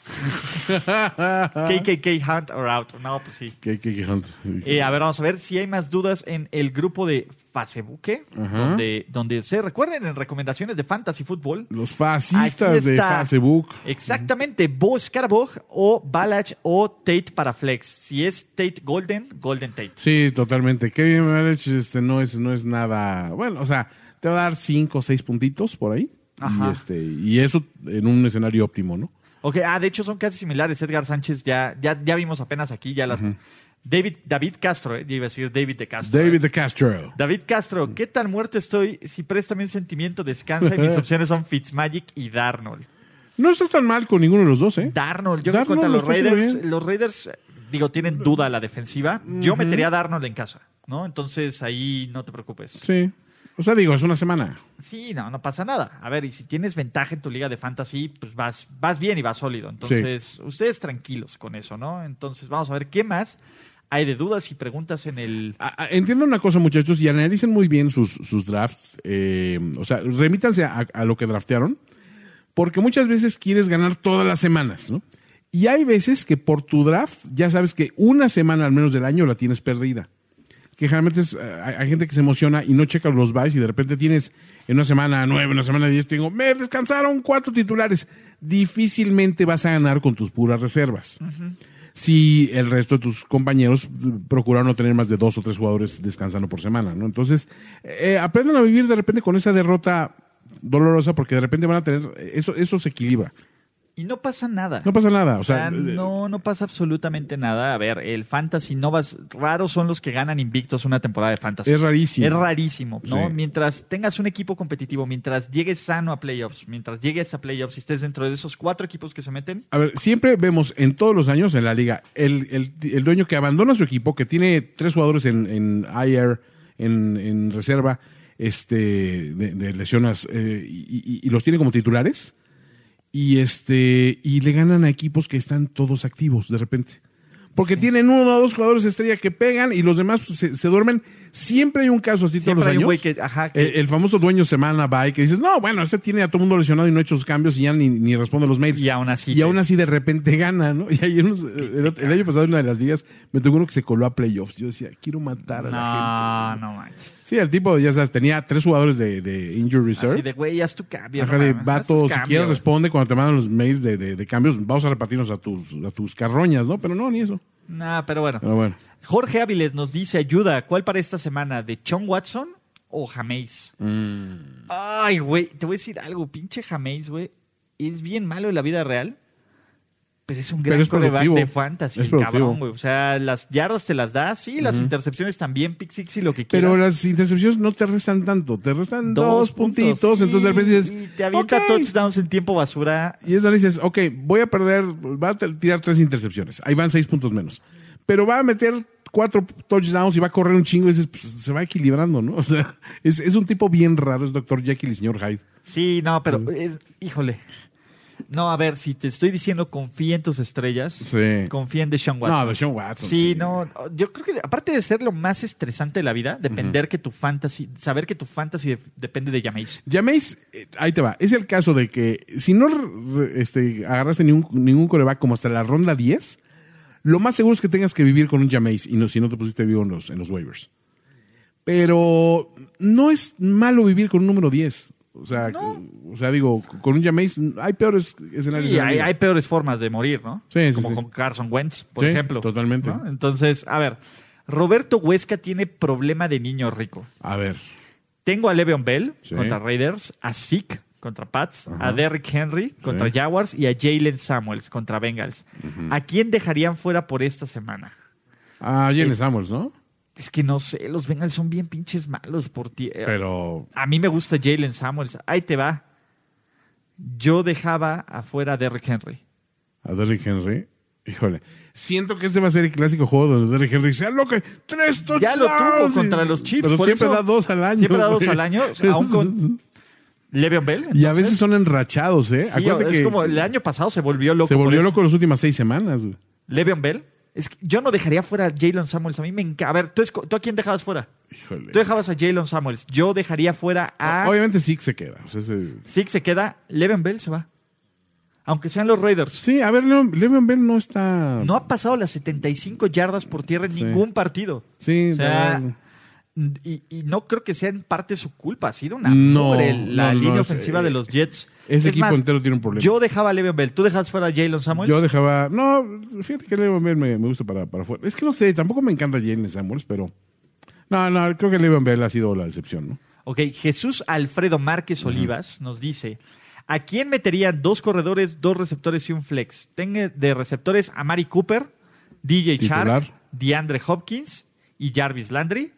Speaker 3: KKK Hunt or out. No, pues sí.
Speaker 2: Que- que- que-
Speaker 3: Eh, a ver, vamos a ver si hay más dudas en el grupo de Facebook, donde, donde se recuerden en recomendaciones de Fantasy Football.
Speaker 2: los
Speaker 3: Aquí
Speaker 2: fascistas de
Speaker 3: está.
Speaker 2: Facebook.
Speaker 3: Exactamente, Bo Scarborough o Balach o Tate para Flex. Si es Tate Golden, Golden Tate.
Speaker 2: Sí, totalmente. Kevin Marech este, no, es, no es nada. Bueno, o sea, te va a dar 5 o 6 puntitos por ahí.
Speaker 3: Ajá.
Speaker 2: Y, este, y eso en un escenario óptimo, ¿no?
Speaker 3: Ok, ah, de hecho son casi similares. Edgar Sánchez ya, ya, ya vimos apenas aquí, ya las. David, David Castro, eh, iba a decir David de Castro.
Speaker 2: David
Speaker 3: eh.
Speaker 2: de Castro.
Speaker 3: David Castro, ¿qué tan muerto estoy? Si préstame un sentimiento, descansa. Y mis opciones son Fitzmagic y Darnold.
Speaker 2: No estás tan mal con ninguno de los dos, ¿eh?
Speaker 3: Darnold, yo creo que
Speaker 2: Darnold
Speaker 3: contra
Speaker 2: lo
Speaker 3: los
Speaker 2: está haciendo
Speaker 3: Raiders,
Speaker 2: bien.
Speaker 3: los Raiders, eh, digo, tienen duda a la defensiva. Yo metería a Darnold en casa, ¿no? Entonces ahí no te preocupes.
Speaker 2: Sí. O sea, digo, es una semana.
Speaker 3: Sí, no, no pasa nada. A ver, y si tienes ventaja en tu liga de fantasy, pues vas, vas bien y vas sólido. Entonces, ustedes tranquilos con eso, ¿no? Entonces, vamos a ver qué más hay de dudas y preguntas en el.
Speaker 2: A- a- Entiendan Ah, una cosa, muchachos, y analicen muy bien sus, sus drafts. eh, o sea, remítanse a, a lo que draftearon, porque muchas veces quieres ganar todas las semanas, ¿no? Y hay veces que por tu draft ya sabes que una semana al menos del año la tienes perdida. Que generalmente es, eh, hay, hay gente que se emociona y no checa los buys y de repente tienes en una semana nueve, en una semana diez, te digo, me descansaron cuatro titulares. Difícilmente vas a ganar con tus puras reservas si el resto de tus compañeros procuraron no tener más de dos o tres jugadores descansando por semana, ¿no? Entonces, eh, aprendan a vivir de repente con esa derrota dolorosa porque de repente van a tener eso eso se equilibra.
Speaker 3: Y no pasa nada.
Speaker 2: No pasa nada, o
Speaker 3: O
Speaker 2: sea,
Speaker 3: sea,
Speaker 2: eh,
Speaker 3: no, no pasa absolutamente nada. A ver, el fantasy no vas. Raros son los que ganan invictos una temporada de fantasy.
Speaker 2: Es rarísimo.
Speaker 3: Es rarísimo, ¿no?
Speaker 2: Sí.
Speaker 3: Mientras tengas un equipo competitivo, mientras llegues sano a playoffs, mientras llegues a playoffs y estés dentro de esos cuatro equipos que se meten,
Speaker 2: A ver, siempre vemos en todos los años en la liga el, el- el dueño que abandona su equipo, que tiene tres jugadores en, en IR, en, en reserva, este, de, de lesiones, eh, y, y- y los tiene como titulares, y este, y le ganan a equipos que están todos activos de repente. Porque tienen uno o dos jugadores estrella que pegan y los demás se, se duermen. Siempre hay un caso así todos
Speaker 3: Siempre
Speaker 2: los
Speaker 3: hay
Speaker 2: años. Eh,
Speaker 3: un güey que- ajá, que-
Speaker 2: el, el famoso dueño semana bye que dices, no, bueno, este tiene a todo el mundo lesionado y no ha hecho sus cambios y ya ni, ni responde a los mails.
Speaker 3: Y aún así
Speaker 2: Y
Speaker 3: te-
Speaker 2: aún así de repente gana, ¿no? Y ayer, nos- el, otro- el año pasado en una de las ligas me tocó uno que se coló a playoffs. Yo decía, quiero matar a la
Speaker 3: no,
Speaker 2: gente.
Speaker 3: no manches.
Speaker 2: Sí, el tipo, ya sabes, tenía tres jugadores de, de Injury Reserve.
Speaker 3: Así de, güey, haz tu cambio.
Speaker 2: Ajá,
Speaker 3: no
Speaker 2: de
Speaker 3: mames,
Speaker 2: vato,
Speaker 3: haz tu
Speaker 2: si
Speaker 3: cambio,
Speaker 2: quieres
Speaker 3: güey.
Speaker 2: responde cuando te mandan los mails de, de- de cambios, vamos a repartirnos a tus, a tus carroñas, ¿no? Pero no, ni eso.
Speaker 3: Nah, pero bueno.
Speaker 2: Pero bueno.
Speaker 3: Jorge Áviles nos dice, ayuda, ¿cuál para esta semana? ¿De John Watson o Jameis?
Speaker 2: Mm.
Speaker 3: Ay, güey, te voy a decir algo. Pinche Jameis, güey, es bien malo en la vida real, pero es un
Speaker 2: Pero
Speaker 3: gran
Speaker 2: es
Speaker 3: quarterback
Speaker 2: productivo.
Speaker 3: de fantasy,
Speaker 2: Es
Speaker 3: el cabrón,
Speaker 2: productivo.
Speaker 3: güey. O sea, las yardas te las da, sí, las intercepciones también, pick six y lo que quieras.
Speaker 2: Pero las intercepciones no te restan tanto, te restan dos,
Speaker 3: puntos.
Speaker 2: puntitos, entonces de repente
Speaker 3: Y-
Speaker 2: dices,
Speaker 3: Y te avienta
Speaker 2: "Ok".
Speaker 3: touchdowns en tiempo basura.
Speaker 2: Y eso dices, ok, voy a perder, va a t- tirar tres intercepciones. Ahí van seis puntos menos. Pero va a meter cuatro touchdowns y va a correr un chingo y dices, pues, se va equilibrando, ¿no? O sea, es, es un tipo bien raro, es Dr. Jekyll y señor Hyde.
Speaker 3: Sí, no,
Speaker 2: Mm.
Speaker 3: pero es- híjole. No, a ver, si te estoy diciendo confía en tus estrellas,
Speaker 2: Sí.
Speaker 3: confía en Deshaun Watson.
Speaker 2: No, Deshaun Watson.
Speaker 3: Sí, no, yo creo que aparte de ser lo más estresante de la vida, depender que tu fantasy, saber que tu fantasy de- depende de Jameis.
Speaker 2: Llaméis, eh, ahí te va, es el caso de que si no re- este, agarraste ningún, ningún coreback como hasta la ronda 10, lo más seguro es que tengas que vivir con un Jameis y no, si no te pusiste vivo en los, en los waivers. Pero no es malo vivir con un número 10. O sea, o sea digo, con un Jameis hay peores escenarios.
Speaker 3: Sí,
Speaker 2: en la
Speaker 3: hay,
Speaker 2: vida.
Speaker 3: hay peores formas de morir, ¿no?
Speaker 2: Sí, sí,
Speaker 3: Como
Speaker 2: sí.
Speaker 3: con Carson Wentz, por
Speaker 2: Sí,
Speaker 3: ejemplo.
Speaker 2: totalmente.
Speaker 3: ¿no? Entonces, a ver, Roberto Huesca tiene problema de niño rico.
Speaker 2: A ver,
Speaker 3: Tengo a Le'Veon Bell
Speaker 2: Sí.
Speaker 3: contra Raiders, a Zeke contra Pats, a Derrick Henry contra
Speaker 2: Sí.
Speaker 3: Jaguars y a Jalen Samuels contra Bengals. ¿A quién dejarían fuera por esta semana?
Speaker 2: a Jalen Samuels, ¿no?
Speaker 3: Es que no sé, los Bengals son bien pinches malos por ti. eh,
Speaker 2: Pero
Speaker 3: A mí me gusta Jalen Samuels. Ahí te va. Yo dejaba afuera a Derrick Henry.
Speaker 2: a Derrick Henry, híjole. Siento que este va a ser el clásico juego donde Derrick Henry sea lo que tres touchdowns.
Speaker 3: Ya lo tuvo
Speaker 2: y-
Speaker 3: contra los Chiefs.
Speaker 2: Ah, Pero
Speaker 3: por
Speaker 2: siempre
Speaker 3: eso-
Speaker 2: da dos al año.
Speaker 3: Siempre da dos
Speaker 2: güey.
Speaker 3: al año, aún con Le'Veon Bell.
Speaker 2: Y a
Speaker 3: entonces.
Speaker 2: veces son enrachados, ¿eh?
Speaker 3: Sí,
Speaker 2: Acuérdate
Speaker 3: es
Speaker 2: que
Speaker 3: como el año pasado se volvió loco.
Speaker 2: se
Speaker 3: por este
Speaker 2: volvió
Speaker 3: esto.
Speaker 2: loco las últimas seis semanas. güey.
Speaker 3: Le'Veon Bell. Es que yo no dejaría fuera a Jalen Samuels. A mí me encanta. A ver, ¿tú, esco- ¿tú a quién dejabas fuera?
Speaker 2: Híjole.
Speaker 3: Tú Ah. dejabas a Jalen Samuels. Yo dejaría fuera a.
Speaker 2: Obviamente sí que se queda. o sea, se-
Speaker 3: Zeke se queda. Le'Veon Bell se va. Aunque sean los Raiders.
Speaker 2: Sí, a ver, Leon- Le'Veon Bell no está...
Speaker 3: No ha pasado las 75 yardas por tierra en
Speaker 2: Sí.
Speaker 3: ningún partido.
Speaker 2: Sí,
Speaker 3: O sea,
Speaker 2: no.
Speaker 3: y, y no creo que sea en parte su culpa. Ha sido una
Speaker 2: No,
Speaker 3: pobre la
Speaker 2: no, no,
Speaker 3: línea
Speaker 2: es-
Speaker 3: ofensiva de los Jets.
Speaker 2: ese
Speaker 3: Es
Speaker 2: equipo entero tiene un problema.
Speaker 3: Yo dejaba a Le'Veon Bell. ¿Tú dejabas fuera a Jalen Samuels?
Speaker 2: Yo dejaba... No, fíjate que Le'Veon Bell me, me gusta para, para fuera. Es que no sé, tampoco me encanta Jalen Samuels, pero... No, no, creo que Le'Veon Bell ha sido la decepción, ¿no?
Speaker 3: Ok, Jesús Alfredo Márquez Olivas nos dice: ¿A quién meterían dos corredores, dos receptores y un flex? Tenga de receptores a Mari Cooper, DJ Shark,
Speaker 2: Titular.
Speaker 3: DeAndre Hopkins y Jarvis Landry.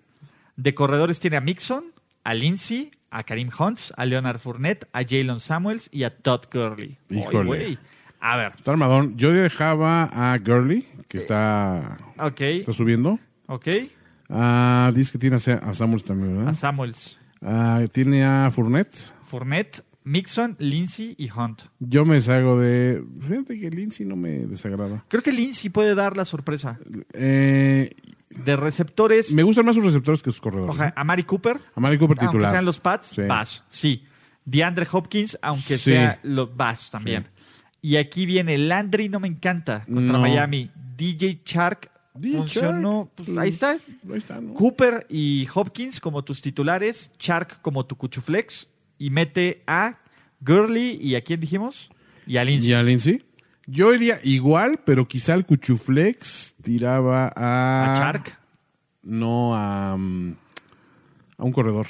Speaker 3: De corredores tiene a Mixon, a Lindsey, a Karim Hunt, a Leonard Fournette, a Jalen Samuels y a Todd Gurley. Ay,
Speaker 2: Híjole.
Speaker 3: güey. A ver,
Speaker 2: Está armadón. Yo dejaba a Gurley, que está, está
Speaker 3: ok,
Speaker 2: subiendo.
Speaker 3: ok.
Speaker 2: ¿eh? Ah, dice que tiene a Sa- a Samuels también,
Speaker 3: A
Speaker 2: ¿verdad?
Speaker 3: Samuels,
Speaker 2: Ah, tiene a Fournette.
Speaker 3: Fournette, Mixon, Lindsey y Hunt.
Speaker 2: Yo me salgo de. Fíjate que Lindsay no me desagrada.
Speaker 3: Creo que Lindsey puede dar la sorpresa.
Speaker 2: Eh,
Speaker 3: De receptores,
Speaker 2: me gustan más sus receptores que sus corredores.
Speaker 3: oja- a Mari Cooper,
Speaker 2: A Mari Cooper
Speaker 3: aunque
Speaker 2: titular.
Speaker 3: sean los Pats,
Speaker 2: Sí.
Speaker 3: vas, sí. DeAndre Hopkins,
Speaker 2: Sí.
Speaker 3: aunque sea los Pats también. Y aquí viene Landry, no me encanta, contra
Speaker 2: No.
Speaker 3: Miami. DJ Shark
Speaker 2: DJ
Speaker 3: funcionó,
Speaker 2: Chark,
Speaker 3: pues, ahí está.
Speaker 2: Ahí está, ¿no?
Speaker 3: Cooper y Hopkins como tus titulares, Shark como tu cuchuflex, y mete a Gurley y a quién dijimos? Y a Lindsey.
Speaker 2: ¿Y a Lindsay? Yo iría igual, pero quizá el Cuchuflex tiraba a.
Speaker 3: A Shark.
Speaker 2: No, a. mm, a un corredor.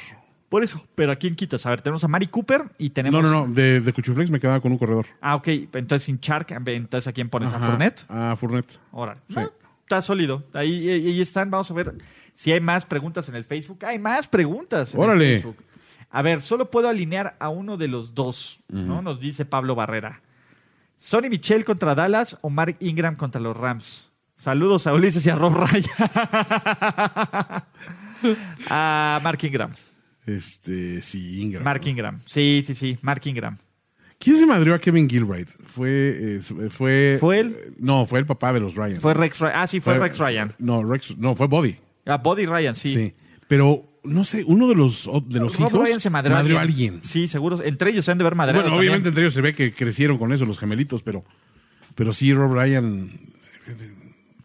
Speaker 3: Por eso, pero ¿a quién quitas? A ver, tenemos a Mari Cooper y tenemos...
Speaker 2: No, no, no. De, de Cuchuflex me quedaba con un corredor.
Speaker 3: Ah, ok, entonces sin Shark, entonces ¿a quién pones? ¿A
Speaker 2: Ajá,
Speaker 3: Fournette?
Speaker 2: A Fournette.
Speaker 3: Órale. No, está sólido. Ahí, ahí ahí están. Vamos a ver si hay más preguntas en el Facebook. Hay más preguntas en
Speaker 2: Órale.
Speaker 3: el Facebook. A ver, solo puedo alinear a uno de los dos, ¿no? Nos dice Pablo Barrera. Sonny Michel contra Dallas o Mark Ingram contra los Rams. Saludos a Ulises y a Rob Raya. a Mark Ingram.
Speaker 2: Este, sí, Ingram.
Speaker 3: Mark Ingram. Sí, sí, sí. Mark Ingram.
Speaker 2: ¿Quién se madrió a Kevin Gilbright? Fue. eh, fue, eh,
Speaker 3: ¿Fue él?
Speaker 2: No, fue el papá de los Ryan.
Speaker 3: Fue Rex Ryan. Ah, sí, fue, Rex Ryan.
Speaker 2: No, Rex, no, fue Body.
Speaker 3: A Body Ryan,
Speaker 2: Sí. Pero, no sé, uno de los, de los
Speaker 3: Rob
Speaker 2: hijos
Speaker 3: Ryan se madreó,
Speaker 2: a alguien.
Speaker 3: Sí, seguro. Entre ellos se han de ver madreado.
Speaker 2: Bueno, obviamente
Speaker 3: también.
Speaker 2: entre ellos se ve que crecieron con eso los gemelitos, pero, pero sí, Rob Ryan.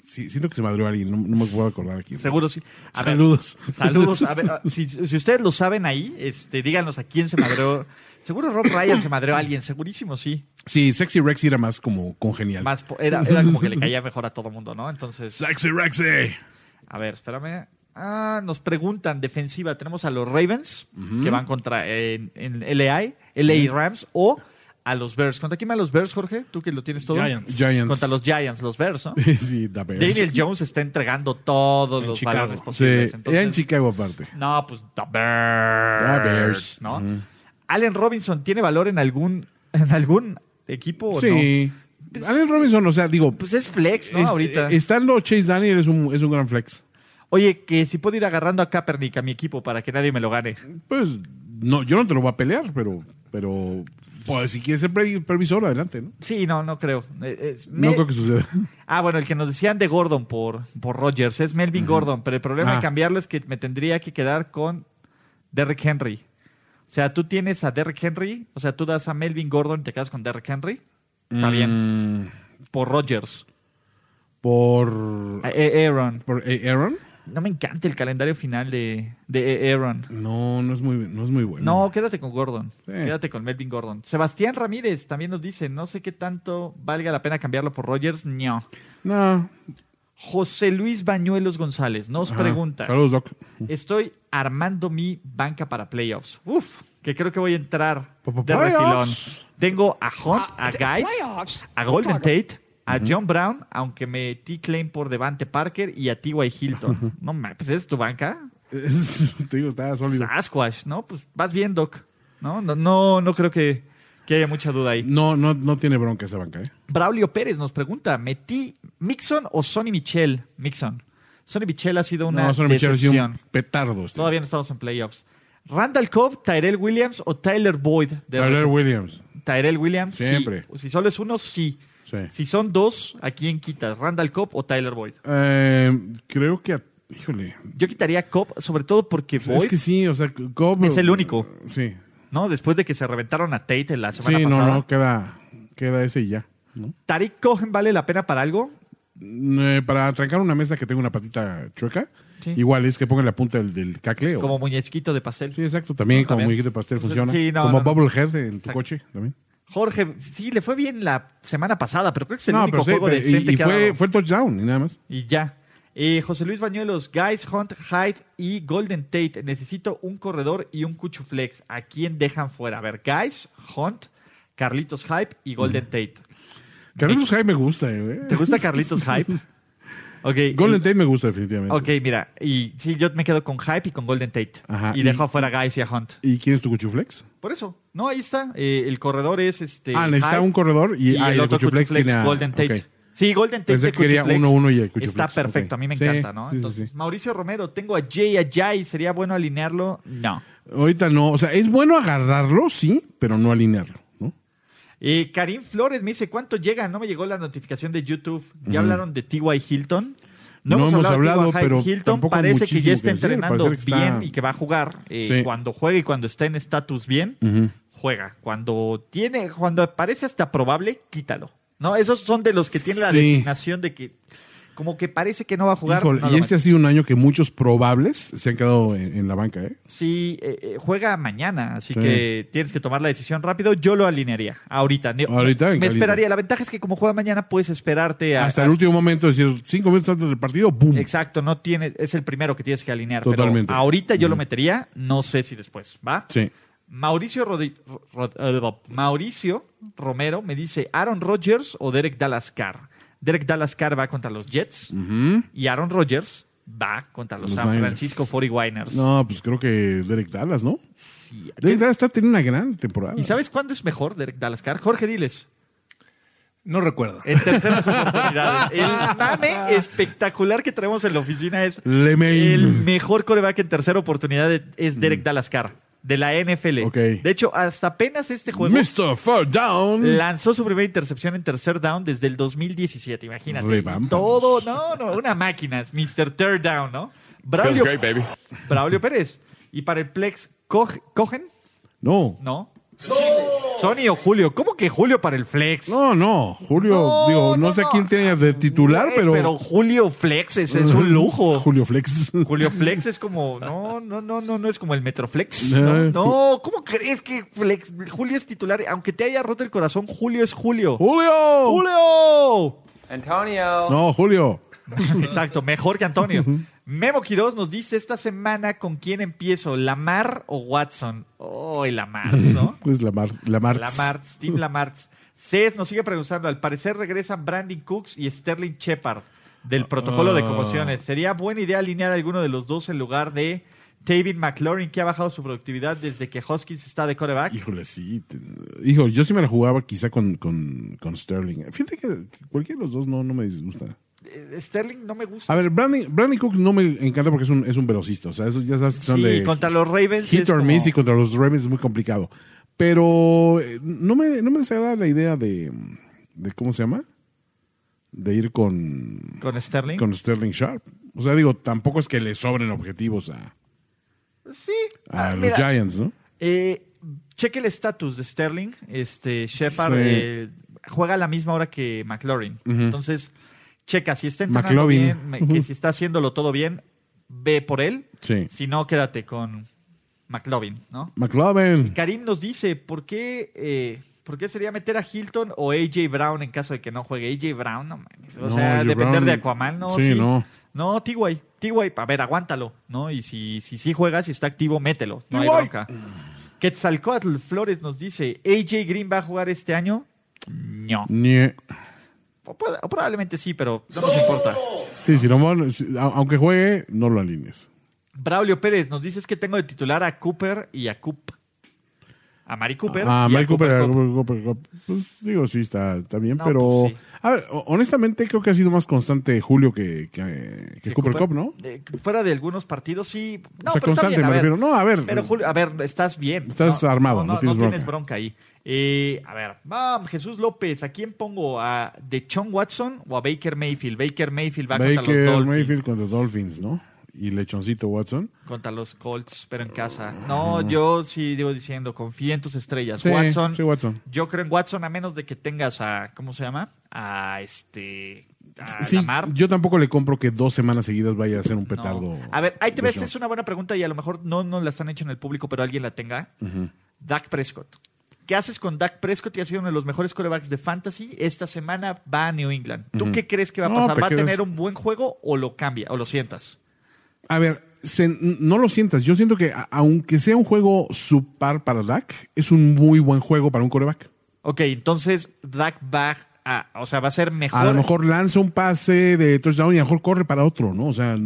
Speaker 2: sí, siento que se madrió a alguien, no, no me puedo acordar aquí.
Speaker 3: Seguro sí. A ver,
Speaker 2: Saludos.
Speaker 3: saludos. A ver, a- si, si ustedes lo saben ahí, este, díganos a quién se madreó. Seguro Rob Ryan se madreó a alguien, segurísimo sí.
Speaker 2: Sí, Sexy Rexy era más como congenial.
Speaker 3: Más po- era, era como que le caía mejor a todo mundo, ¿no? Entonces,
Speaker 2: Sexy Rexy.
Speaker 3: a ver, espérame. Ah, nos preguntan defensiva. Tenemos a los Ravens que van contra en, en LA, LA Rams o a los Bears. ¿Contra quién van los Bears, Jorge? Tú que lo tienes todo.
Speaker 5: Giants.
Speaker 2: Giants.
Speaker 3: Contra los Giants, los Bears, ¿no?
Speaker 2: sí, da Bears.
Speaker 3: Daniel Jones está entregando todos
Speaker 5: En
Speaker 3: los
Speaker 5: Chicago.
Speaker 3: balones
Speaker 2: Sí,
Speaker 3: posibles.
Speaker 2: era en
Speaker 3: entonces-
Speaker 2: Chicago aparte.
Speaker 3: No, pues The Bears.
Speaker 2: The Bears.
Speaker 3: ¿no? Allen Robinson tiene valor en algún, en algún equipo o no?
Speaker 2: Sí. Allen Robinson, o sea, digo,
Speaker 3: Pues es flex, ¿no?
Speaker 2: es-
Speaker 3: Ahorita.
Speaker 2: estando Chase Daniel es un, es un gran flex.
Speaker 3: Oye, que si puedo ir agarrando a Kaepernick a mi equipo para que nadie me lo gane.
Speaker 2: Pues no, yo no te lo voy a pelear, pero, pero pues, si quieres ser pre- previsor, adelante, ¿no?
Speaker 3: Sí, no, no creo. Eh, es-
Speaker 2: No
Speaker 3: me-
Speaker 2: creo que suceda.
Speaker 3: Ah, bueno, el que nos decían de Gordon por, por Rogers es Melvin Gordon, pero el problema de
Speaker 2: Ah.
Speaker 3: cambiarlo es que me tendría que quedar con Derrick Henry. O sea, tú tienes a Derrick Henry, o sea, tú das a Melvin Gordon y te quedas con Derrick Henry. Está bien.
Speaker 2: Mm,
Speaker 3: Por Rogers.
Speaker 2: Por,
Speaker 3: A- a- Aaron.
Speaker 2: por eh, Aaron,
Speaker 3: No me encanta el calendario final de, de eh, Aaron.
Speaker 2: no, no es muy, no es muy bueno.
Speaker 3: No, quédate con Gordon.
Speaker 2: Mm. Sí.
Speaker 3: Quédate con Melvin Gordon. Sebastián Ramírez también nos dice, no sé qué tanto valga la pena cambiarlo por Rogers. No.
Speaker 2: No.
Speaker 3: José Luis Bañuelos González nos
Speaker 2: Ajá.
Speaker 3: pregunta,
Speaker 2: Saludos, Doc.
Speaker 3: estoy armando mi banca para playoffs. Uf, que creo que voy a entrar
Speaker 2: Pa- pa-
Speaker 3: de
Speaker 2: playoffs.
Speaker 3: refilón. Tengo a Hunt, a
Speaker 7: Ah,
Speaker 3: Uh, Guys,
Speaker 7: playoffs.
Speaker 3: a Golden Tate, a John Brown, aunque metí claim por Devante Parker y a T.Y. Hilton. No mames, pues es tu banca.
Speaker 2: Te digo, está sólido.
Speaker 3: Sasquatch, ¿no? Pues vas bien, Doc. No, no, no, no creo que, que haya mucha duda ahí.
Speaker 2: No, no, no tiene bronca esa banca, ¿eh?
Speaker 3: Braulio Pérez nos pregunta, ¿metí Mixon o Sonny Michel? Mixon. Sonny Michel ha sido una
Speaker 2: no, Sonny Michel ha sido
Speaker 3: decepción.
Speaker 2: un petardo. este.
Speaker 3: Todavía no estamos en playoffs. Randall Cobb, Tyrell Williams o Tyler Boyd. de
Speaker 2: Tyler
Speaker 3: los-
Speaker 2: Williams.
Speaker 3: Tyrell Williams. sí.
Speaker 2: Siempre.
Speaker 3: Si solo es uno, sí.
Speaker 2: Sí.
Speaker 3: Si son dos, ¿a quién quitas? ¿Randall Cobb o Tyler Boyd?
Speaker 2: Eh, creo que, a- híjole,
Speaker 3: Yo quitaría a Cobb, sobre todo porque Boyd,
Speaker 2: Pues Es que sí, o sea, Cobb-
Speaker 3: Es el único.
Speaker 2: Sí.
Speaker 3: ¿no? Después de que se reventaron a Tate la
Speaker 2: Sí,
Speaker 3: semana
Speaker 2: no,
Speaker 3: pasada.
Speaker 2: no, queda, queda ese y ya. ¿no?
Speaker 3: ¿Tariq Cohen vale la pena para algo?
Speaker 2: Mm, eh, para trancar una mesa que tenga una patita chueca,
Speaker 3: Sí.
Speaker 2: igual es que ponga la punta del, del cacle. o-
Speaker 3: Como muñequito de pastel.
Speaker 2: Sí, exacto. Ah, También Pues,
Speaker 3: No,
Speaker 2: como
Speaker 3: también.
Speaker 2: muñequito de pastel
Speaker 3: Sí,
Speaker 2: funciona.
Speaker 3: sí, no,
Speaker 2: como
Speaker 3: no, no.
Speaker 2: Bubblehead en tu
Speaker 3: Exacto.
Speaker 2: coche también.
Speaker 3: Jorge, sí, le fue bien la semana pasada, pero creo que es el
Speaker 2: no,
Speaker 3: único
Speaker 2: sí,
Speaker 3: juego
Speaker 2: pero- y-
Speaker 3: decente
Speaker 2: y,
Speaker 3: que ha
Speaker 2: fue,
Speaker 3: dado.
Speaker 2: fue touchdown y nada más.
Speaker 3: Y ya. Eh, José Luis Bañuelos, Guys, Hunt, Hyde y Golden Tate. Necesito un corredor y un cuchuflex. ¿A quién dejan fuera? A ver, Guys, Hunt, Carlitos Hype y Golden Tate.
Speaker 2: Carlos Hyde me gusta, eh, güey.
Speaker 3: ¿Te gusta Carlitos Hype? Ok.
Speaker 2: Golden Tate me gusta definitivamente.
Speaker 3: Ok, mira. Y sí, yo me quedo con Hype y con Golden Tate.
Speaker 2: Ajá,
Speaker 3: y,
Speaker 2: y-
Speaker 3: dejo afuera a Guys y a Hunt.
Speaker 2: ¿Y quién es tu cuchuflex?
Speaker 3: Por eso. No, ahí está. Eh, el corredor es este.
Speaker 2: ah, necesita
Speaker 3: Hype
Speaker 2: un corredor y,
Speaker 3: y
Speaker 2: ah, y
Speaker 3: el otro Cuchuflex,
Speaker 2: tiene a-
Speaker 3: Golden Tate.
Speaker 2: ok.
Speaker 3: Sí, Golden Tate
Speaker 2: Pensé
Speaker 3: de
Speaker 2: que quería
Speaker 3: Cuchiflex
Speaker 2: uno, uno y el Cuchiflex.
Speaker 3: Está perfecto, a mí me
Speaker 2: Ok. Sí,
Speaker 3: encanta, ¿no?
Speaker 2: sí, sí,
Speaker 3: Entonces,
Speaker 2: sí.
Speaker 3: Mauricio Romero, tengo a Jay Ajay, ¿sería bueno alinearlo? No.
Speaker 2: Ahorita no, o sea, es bueno agarrarlo, sí, pero no alinearlo, ¿no?
Speaker 3: Eh, Karim Flores me dice, ¿cuánto llega? No me llegó la notificación de YouTube. ¿Ya hablaron de T.Y. Hilton?
Speaker 2: No hemos
Speaker 3: de
Speaker 2: hablado,
Speaker 3: T.Y.
Speaker 2: pero
Speaker 3: Hilton
Speaker 2: tampoco
Speaker 3: parece que ya
Speaker 2: muchísimo
Speaker 3: está
Speaker 2: que decir,
Speaker 3: entrenando
Speaker 2: parece que está-
Speaker 3: bien y que va a jugar. Eh,
Speaker 2: Sí.
Speaker 3: Cuando juegue y cuando está en estatus bien, juega. Cuando tiene, cuando parece hasta probable, quítalo. ¿No? Esos son de los que tienen la
Speaker 2: Sí.
Speaker 3: designación de que como que parece que no va a jugar.
Speaker 2: Híjole,
Speaker 3: no lo
Speaker 2: y este
Speaker 3: metes.
Speaker 2: ha sido un año que muchos probables se han quedado en, en la banca, ¿eh?
Speaker 3: Sí, eh, eh, juega mañana, así
Speaker 2: Sí.
Speaker 3: que tienes que tomar la decisión rápido. Yo lo alinearía ahorita. Ni-
Speaker 2: Ahorita, en
Speaker 3: me
Speaker 2: caliente.
Speaker 3: esperaría. La ventaja es que como juega mañana puedes esperarte a-
Speaker 2: Hasta el
Speaker 3: a-
Speaker 2: último momento, es decir, cinco minutos antes del partido, ¡boom!
Speaker 3: Exacto, no tienes, es el primero que tienes que alinear. pero
Speaker 2: Totalmente.
Speaker 3: ahorita yo lo metería, no sé si después, ¿va?
Speaker 2: Sí.
Speaker 3: Mauricio Rodi- Ro- Ro- Mauricio Romero me dice Aaron Rodgers o Derek Dallas Carr. Derek Dallas Carr va contra los Jets
Speaker 2: Ujú.
Speaker 3: y Aaron Rodgers va contra los,
Speaker 2: Los
Speaker 3: San
Speaker 2: Niners.
Speaker 3: Francisco 49ers.
Speaker 2: No, pues creo que Derek Dallas, ¿no?
Speaker 3: Sí.
Speaker 2: Derek Dallas está teniendo una gran temporada.
Speaker 3: ¿Y sabes cuándo es mejor Derek Dallas Carr? Jorge, diles.
Speaker 5: No recuerdo.
Speaker 3: En terceras oportunidades. El mame espectacular que traemos en la oficina es
Speaker 2: Le main.
Speaker 3: el mejor coreback en tercera oportunidad de- es Derek Dalascar de la NFL.
Speaker 2: Ok.
Speaker 3: De hecho, hasta apenas este juego
Speaker 2: Mr. Fall Down.
Speaker 3: lanzó su primera intercepción en tercer down desde el 2017, imagínate.
Speaker 2: Revampamos.
Speaker 3: Todo, no, no, una máquina, Mr. Third Down, ¿no? Braulio, Braulio Pérez. Y para el Plex, Coj- ¿Cogen?
Speaker 2: No.
Speaker 3: No. Sony o Julio. ¿Cómo que Julio para el Flex?
Speaker 2: No, no. Julio,
Speaker 3: No,
Speaker 2: digo, no,
Speaker 3: no,
Speaker 2: sé
Speaker 3: no.
Speaker 2: quién tenías de titular,
Speaker 3: Eh,
Speaker 2: pero.
Speaker 3: Julio Flex es, es un lujo.
Speaker 2: Julio Flex.
Speaker 3: Julio Flex es como, no, no, no, no, no es como el Metroflex. No, No, ¿cómo crees que Flex- Julio es titular? Aunque te haya roto el corazón, Julio es Julio.
Speaker 2: ¡Julio!
Speaker 3: ¡Julio!
Speaker 2: No, Julio.
Speaker 3: Exacto, mejor que Antonio. Memo Quiroz nos dice esta semana con quién empiezo, Lamar o Watson. Oh, Lamar, ¿no?
Speaker 2: Es Lamar. Lamar.
Speaker 3: Lamartz, Tim Lamartz. Cés nos sigue preguntando, al parecer regresan Brandon Cooks y Sterling Shepard del protocolo
Speaker 2: Oh.
Speaker 3: de conmociones. ¿Sería buena idea alinear a alguno de los dos en lugar de David McLaurin, que ha bajado su productividad desde que Hoskins está de coreback?
Speaker 2: Híjole, sí. te- Hijo, yo sí me la jugaba quizá con, con, con Sterling. Fíjate que cualquiera de los dos no, no me disgusta.
Speaker 3: Eh, Sterling no me gusta.
Speaker 2: A ver, Brandy, Brandy Cook no me encanta porque es un, es un velocista. O sea, eso ya sabes que son
Speaker 3: Sí,
Speaker 2: de.
Speaker 3: contra los Ravens
Speaker 2: Hit
Speaker 3: es
Speaker 2: or
Speaker 3: como-
Speaker 2: miss y contra los Ravens es muy complicado. Pero eh, no me, no me desagrada la idea de, de. ¿Cómo se llama? De ir con.
Speaker 3: con Sterling.
Speaker 2: Con Sterling Sharp. O sea, digo, tampoco es que le sobren objetivos a,
Speaker 3: Sí.
Speaker 2: a
Speaker 3: Ah,
Speaker 2: los
Speaker 3: mira,
Speaker 2: Giants, ¿no?
Speaker 3: eh, cheque el estatus de Sterling. Este Shepard
Speaker 2: Sí.
Speaker 3: eh, juega a la misma hora que McLaurin. Entonces, checa si está entrenando
Speaker 2: McLovin.
Speaker 3: bien, me- que si está haciéndolo todo bien, ve por él.
Speaker 2: Sí.
Speaker 3: Si no, quédate con McLovin, ¿no?
Speaker 2: McLovin.
Speaker 3: Karim nos dice, ¿por qué, eh, ¿por qué sería meter a Hilton o AJ Brown en caso de que no juegue? AJ Brown, no mames. O
Speaker 2: No,
Speaker 3: sea,
Speaker 2: AJ
Speaker 3: depender
Speaker 2: Brown,
Speaker 3: de Aquaman, ¿no?
Speaker 2: sí, no.
Speaker 3: No, T-Way, T-Way, a ver, aguántalo, ¿no? Y si si, sí juega, si está activo, mételo. No hay
Speaker 2: T.Y..
Speaker 3: bronca. Quetzalcoatl Flores nos dice, ¿AJ Green va a jugar este año? No.
Speaker 2: Nie.
Speaker 3: O puede- o probablemente sí, pero no nos importa.
Speaker 2: Sí, si no, bueno, si- a- aunque juegue, no lo alinees.
Speaker 3: Braulio Pérez nos dice es que tengo de titular a Cooper y a Coop. A Mari Cooper.
Speaker 2: Ah,
Speaker 3: y a
Speaker 2: Mike Cooper,
Speaker 3: Cooper Cup.
Speaker 2: Cooper, Cooper, Cooper. Pues digo, sí, está, está bien,
Speaker 3: No,
Speaker 2: pero.
Speaker 3: pues, sí.
Speaker 2: A ver, ho- honestamente, creo que ha sido más constante Julio que, que, que
Speaker 3: Que
Speaker 2: Cooper Cup, ¿no?
Speaker 3: eh, fuera de algunos partidos, sí. No,
Speaker 2: o sea,
Speaker 3: pero está
Speaker 2: constante,
Speaker 3: bien, a
Speaker 2: me
Speaker 3: ver.
Speaker 2: refiero. No, a ver.
Speaker 3: Pero, Julio, a ver, estás bien.
Speaker 2: Estás armado, no tienes bronca.
Speaker 3: ahí. Eh, a ver, vamos, Jesús López, ¿a quién pongo? ¿A de John Watson o a Baker Mayfield? Baker Mayfield va contra los
Speaker 2: Baker
Speaker 3: Dolphins.
Speaker 2: Mayfield contra Dolphins, ¿no? Y Lechoncito Watson.
Speaker 3: Contra los Colts, pero en casa. No, yo sí digo diciendo, confía en tus estrellas.
Speaker 2: Mm. Sí,
Speaker 3: Watson.
Speaker 2: sí, Watson.
Speaker 3: Yo creo en Watson, a menos de que tengas a, ¿cómo se llama? A este. A
Speaker 2: Sí,
Speaker 3: Lamar.
Speaker 2: yo tampoco le compro que dos semanas seguidas vaya a ser un
Speaker 3: No.
Speaker 2: petardo.
Speaker 3: A ver, ahí te
Speaker 2: de
Speaker 3: ves,
Speaker 2: show.
Speaker 3: es una buena pregunta y a lo mejor no nos las han hecho en el público, pero alguien la tenga. Dak Prescott. ¿Qué haces con Dak Prescott, que ha sido uno de los mejores corebacks de fantasy? Esta semana va a New England. ¿Tú qué crees que va a
Speaker 2: No, pues
Speaker 3: pasar?
Speaker 2: te
Speaker 3: ¿Va a
Speaker 2: quedas-
Speaker 3: tener un buen juego o lo cambia o lo sientas?
Speaker 2: A ver, se- no lo sientas. Yo siento que a- aunque sea un juego subpar para Dak, es un muy buen juego para un coreback.
Speaker 3: Ok, entonces Dak va a a- o sea, va a ser mejor.
Speaker 2: A lo mejor lanza un pase de touchdown y a lo mejor corre para otro, ¿no? O sea,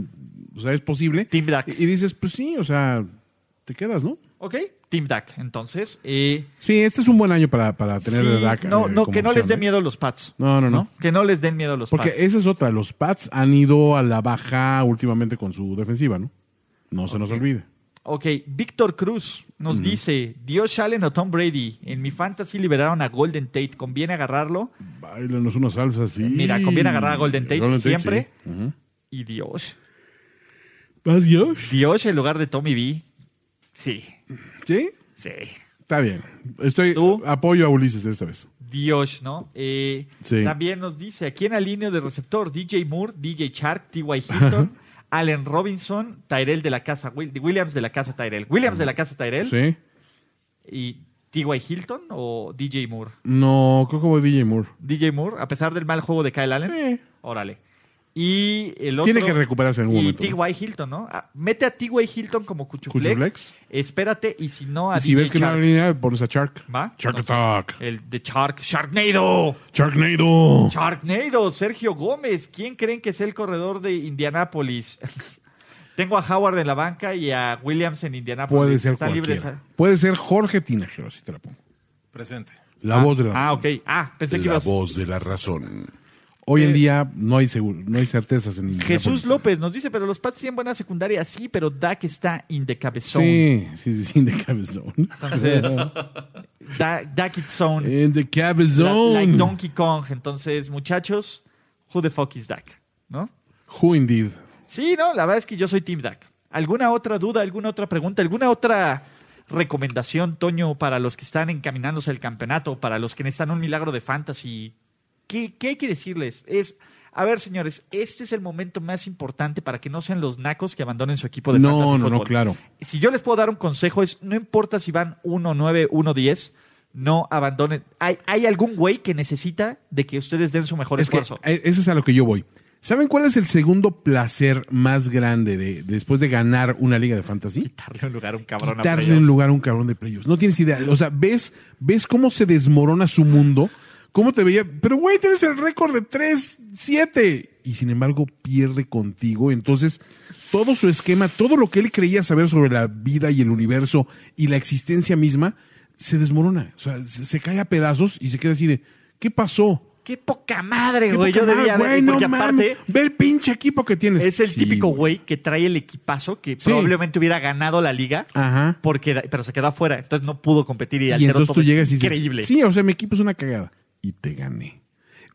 Speaker 2: o sea es posible.
Speaker 3: Team Dak.
Speaker 2: Y, y dices, pues sí, o sea, te quedas, ¿no?
Speaker 3: Ok, Team Dak. Entonces, eh,
Speaker 2: Sí, este es un buen año para, para tener
Speaker 3: sí,
Speaker 2: a Dak.
Speaker 3: no,
Speaker 2: eh,
Speaker 3: no,
Speaker 2: como
Speaker 3: que no
Speaker 2: opción,
Speaker 3: les dé
Speaker 2: ¿eh?
Speaker 3: miedo los Pats.
Speaker 2: No, no, no.
Speaker 3: Que no les den miedo los
Speaker 2: Porque
Speaker 3: Pats.
Speaker 2: esa es otra. Los Pats han ido a la baja últimamente con su defensiva, ¿no? No se nos olvide.
Speaker 3: Ok, Víctor Cruz nos dice, Dios Allen o Tom Brady, en mi fantasy liberaron a Golden Tate, ¿conviene agarrarlo?
Speaker 2: Bailanos una salsa así.
Speaker 3: Mira, conviene agarrar a Golden Tate siempre.
Speaker 2: sí. Ujú.
Speaker 3: Y Dios,
Speaker 2: ¿Vas, Josh?
Speaker 3: Dios en lugar de Tommy B. Sí,
Speaker 2: Sí,
Speaker 3: sí,
Speaker 2: está bien. Estoy
Speaker 3: ¿Tú?
Speaker 2: apoyo a Ulises esta vez.
Speaker 3: Dios, ¿no? Eh,
Speaker 2: Sí.
Speaker 3: También nos dice, aquí en alineo de receptor, DJ Moore, DJ Chark, T.Y. Hilton, Allen Robinson, Tyrell de la casa, Will- Williams de la casa Tyrell, Williams de la casa Tyrell
Speaker 2: Sí.
Speaker 3: y T.Y. Hilton o DJ Moore.
Speaker 2: No, creo que voy DJ Moore.
Speaker 3: DJ Moore, a pesar del mal juego de Kyle Allen.
Speaker 2: Sí.
Speaker 3: Órale. Y el otro.
Speaker 2: Tiene que recuperarse en algún
Speaker 3: y
Speaker 2: momento, ¿no?
Speaker 3: T.Y. Hilton, ¿no? Ah, Mete a T.Y. Hilton como cuchuflex.
Speaker 2: Cuchuflex.
Speaker 3: Espérate, y si no, a
Speaker 2: Y si ves que no
Speaker 3: Shark.
Speaker 2: hay línea, pones a Shark.
Speaker 3: ¿Va?
Speaker 2: Shark
Speaker 3: Entonces,
Speaker 2: Attack.
Speaker 3: El de Shark. Sharknado.
Speaker 2: Sharknado.
Speaker 3: Sharknado. Sergio Gómez. ¿Quién creen que es el corredor de Indianápolis? Tengo a Howard en la banca y a Williams en Indianápolis. Ah.
Speaker 2: Puede ser
Speaker 3: Está libre
Speaker 2: cualquiera.
Speaker 3: esa-
Speaker 2: Puede ser Jorge Tinajero, así te la pongo.
Speaker 5: Presente.
Speaker 2: La voz de la
Speaker 3: Ah,
Speaker 2: razón.
Speaker 3: ok. Ah, pensé que
Speaker 1: La
Speaker 3: ibas.
Speaker 1: voz de la razón.
Speaker 2: Hoy en día no hay seguro, no hay certezas en
Speaker 3: Eh, Jesús
Speaker 2: Indianapolis.
Speaker 3: López nos dice, pero los Pats tienen buena secundaria, sí, pero Dak está in the cabezón.
Speaker 2: Sí, sí, sí, sí, in the cabezón.
Speaker 3: Entonces, da- Dak it's own.
Speaker 2: In the cabezón.
Speaker 3: Like Donkey Kong. Entonces, muchachos, who the fuck is Dak? ¿No?
Speaker 2: Who indeed.
Speaker 3: Sí, no, la verdad es que yo soy Team Dak. ¿Alguna otra duda, alguna otra pregunta, alguna otra recomendación, Toño, para los que están encaminándose al campeonato, para los que necesitan un milagro de fantasy? ¿Qué, qué hay que decirles? Es, a ver, señores, este es el momento más importante para que no sean los nacos que abandonen su equipo de
Speaker 2: No,
Speaker 3: fantasy
Speaker 2: no, no,
Speaker 3: fútbol.
Speaker 2: claro.
Speaker 3: Si yo les puedo dar un consejo es, no importa si van 1, 9, 1, 10, no abandonen. Hay, hay algún güey que necesita de que ustedes den su mejor
Speaker 2: Es que
Speaker 3: esfuerzo.
Speaker 2: eh, eso es a lo que yo voy. ¿Saben cuál es el segundo placer más grande de, después de ganar una liga de fantasy?
Speaker 3: Darle un lugar a un cabrón. a
Speaker 2: darle
Speaker 3: playoffs.
Speaker 2: un lugar a un cabrón de playoffs. No tienes idea. O sea, ves, ves cómo se desmorona su mundo, cómo te veía. Pero, güey, tienes el récord de 3-7. Y sin embargo, pierde contigo. Entonces, todo su esquema, todo lo que él creía saber sobre la vida y el universo y la existencia misma, se desmorona. O sea, se, se cae a pedazos y se queda así de, ¿qué pasó?
Speaker 3: Qué poca madre,
Speaker 2: ¿Qué
Speaker 3: güey. Yo
Speaker 2: poca madre,
Speaker 3: debía
Speaker 2: güey,
Speaker 3: haber.
Speaker 2: no
Speaker 3: porque aparte
Speaker 2: mames. Ve el pinche equipo que tienes.
Speaker 3: es el
Speaker 2: Pues Sí,
Speaker 3: típico güey que trae el equipazo que
Speaker 2: Sí.
Speaker 3: probablemente hubiera ganado la liga,
Speaker 2: Ajá.
Speaker 3: porque, pero se quedó afuera. Entonces no pudo competir y,
Speaker 2: Y
Speaker 3: alteró
Speaker 2: entonces
Speaker 3: todo.
Speaker 2: tú llegas y dices,
Speaker 3: Increíble.
Speaker 2: sí, o sea, mi equipo es una cagada. Y te gané.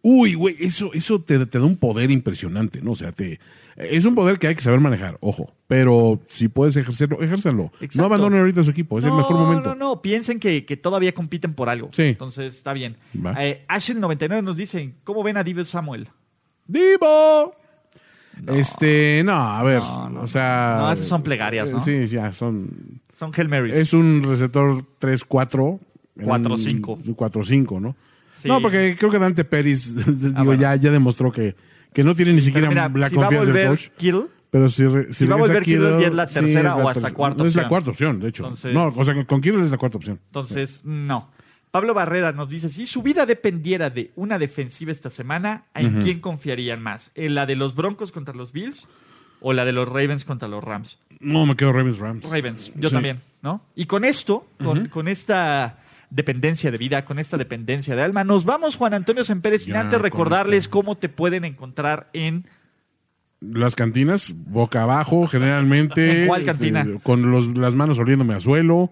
Speaker 2: Uy, güey, eso, eso te, te da un poder impresionante, ¿no? O sea, te, es un poder que hay que saber manejar, ojo. Pero si puedes ejercerlo, ejérzalo.
Speaker 3: Exacto.
Speaker 2: No abandonen ahorita su equipo, es el mejor momento.
Speaker 3: No, no, piensen que, que todavía compiten por algo.
Speaker 2: Sí.
Speaker 3: Entonces está bien.
Speaker 2: Va.
Speaker 3: Eh, Ashel99 nos dicen, ¿cómo ven a Divo Samuel?
Speaker 2: ¡Divo! Este, no, a ver, o sea...
Speaker 3: No, esas son plegarias, ¿no?
Speaker 2: Sí, ya, son...
Speaker 3: Son Hail Marys.
Speaker 2: Es un receptor 3-4.
Speaker 3: 4-5.
Speaker 2: 4-5, ¿no?
Speaker 3: Sí. Ah,
Speaker 2: No, porque creo que Dante Pérez, digo,
Speaker 3: bueno.
Speaker 2: ya, ya demostró que, que no tiene ni siquiera
Speaker 3: Pero mira,
Speaker 2: la
Speaker 3: si va a
Speaker 2: confianza del
Speaker 3: volver
Speaker 2: coach.
Speaker 3: Kittle,
Speaker 2: Pero si, re-
Speaker 3: si va
Speaker 2: regresa
Speaker 3: a volver Kittle, ya es la
Speaker 2: sí,
Speaker 3: tercera o hasta
Speaker 2: tercera-
Speaker 3: cuarta
Speaker 2: Es
Speaker 3: opción.
Speaker 2: la cuarta opción, de hecho.
Speaker 3: Entonces-
Speaker 2: no, o sea, con- con Kittle es la cuarta opción.
Speaker 3: Entonces, no. Pablo Barrera nos dice, si su vida dependiera de una defensiva esta semana, ¿en quién confiarían más? ¿En la de los Broncos contra los Bills o la de los Ravens contra los Rams?
Speaker 2: No, me quedo Ravens Rams.
Speaker 3: Ravens, yo
Speaker 2: Sí.
Speaker 3: también, ¿no? Y con esto, con, con esta dependencia de vida, con esta dependencia de alma, nos vamos, Juan Antonio Sempere, sin
Speaker 2: Ya,
Speaker 3: antes
Speaker 2: con
Speaker 3: recordarles cómo te pueden encontrar en...
Speaker 2: Las cantinas, boca abajo, generalmente.
Speaker 3: ¿En cuál cantina?
Speaker 2: este, con los, las manos oliéndome a suelo.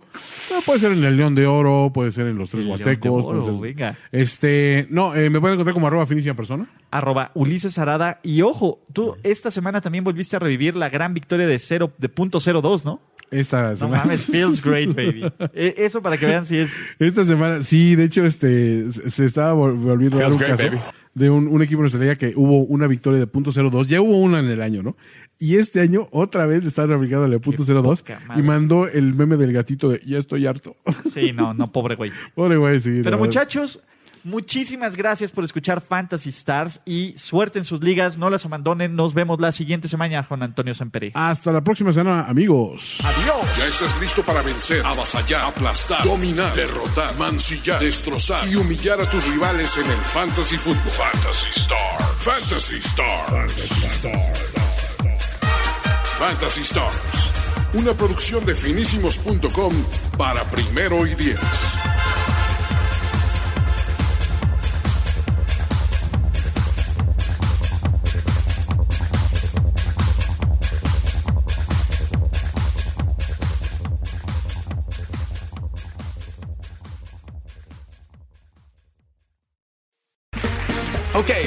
Speaker 2: No, puede ser en el León de Oro, puede ser en los Tres
Speaker 3: El León de
Speaker 2: Huastecos.
Speaker 3: Oro,
Speaker 2: puede ser-
Speaker 3: venga.
Speaker 2: Este, no, eh, me pueden encontrar como arroba finísima persona.
Speaker 3: arroba Ulises Arada. Y ojo, tú esta semana también volviste a revivir la gran victoria de, cero, de punto cero dos, ¿no?
Speaker 2: Esta
Speaker 3: No
Speaker 2: semana-
Speaker 3: mames, feels great, baby. Eh, Eso para que vean si es.
Speaker 2: Esta semana, sí, de hecho, este se se estaba vol- volviendo a dar un
Speaker 1: Feels
Speaker 2: caso
Speaker 1: great,
Speaker 2: de un, un equipo en nuestra liga que hubo una victoria de .02. Ya hubo una en el año, ¿no? Y este año otra vez le estaban aplicando la .02
Speaker 3: poca
Speaker 2: y
Speaker 3: madre.
Speaker 2: mandó el meme del gatito de ya estoy harto.
Speaker 3: Sí, no, no, pobre güey.
Speaker 2: Pobre güey, sí, la
Speaker 3: Pero
Speaker 2: verdad.
Speaker 3: muchachos, Muchísimas gracias por escuchar Fantasy Stars y suerte en sus ligas. No las abandonen. Nos vemos la siguiente semana, Juan Antonio Samperi.
Speaker 2: Hasta la próxima semana, amigos.
Speaker 1: Ya estás listo para vencer, avasallar, aplastar, dominar, derrotar, mancillar, destrozar y humillar a tus rivales en el Fantasy Football. Fantasy Star. Fantasy Star. Fantasy Stars. Una producción de finísimos.com para primero y diez.
Speaker 6: Okay,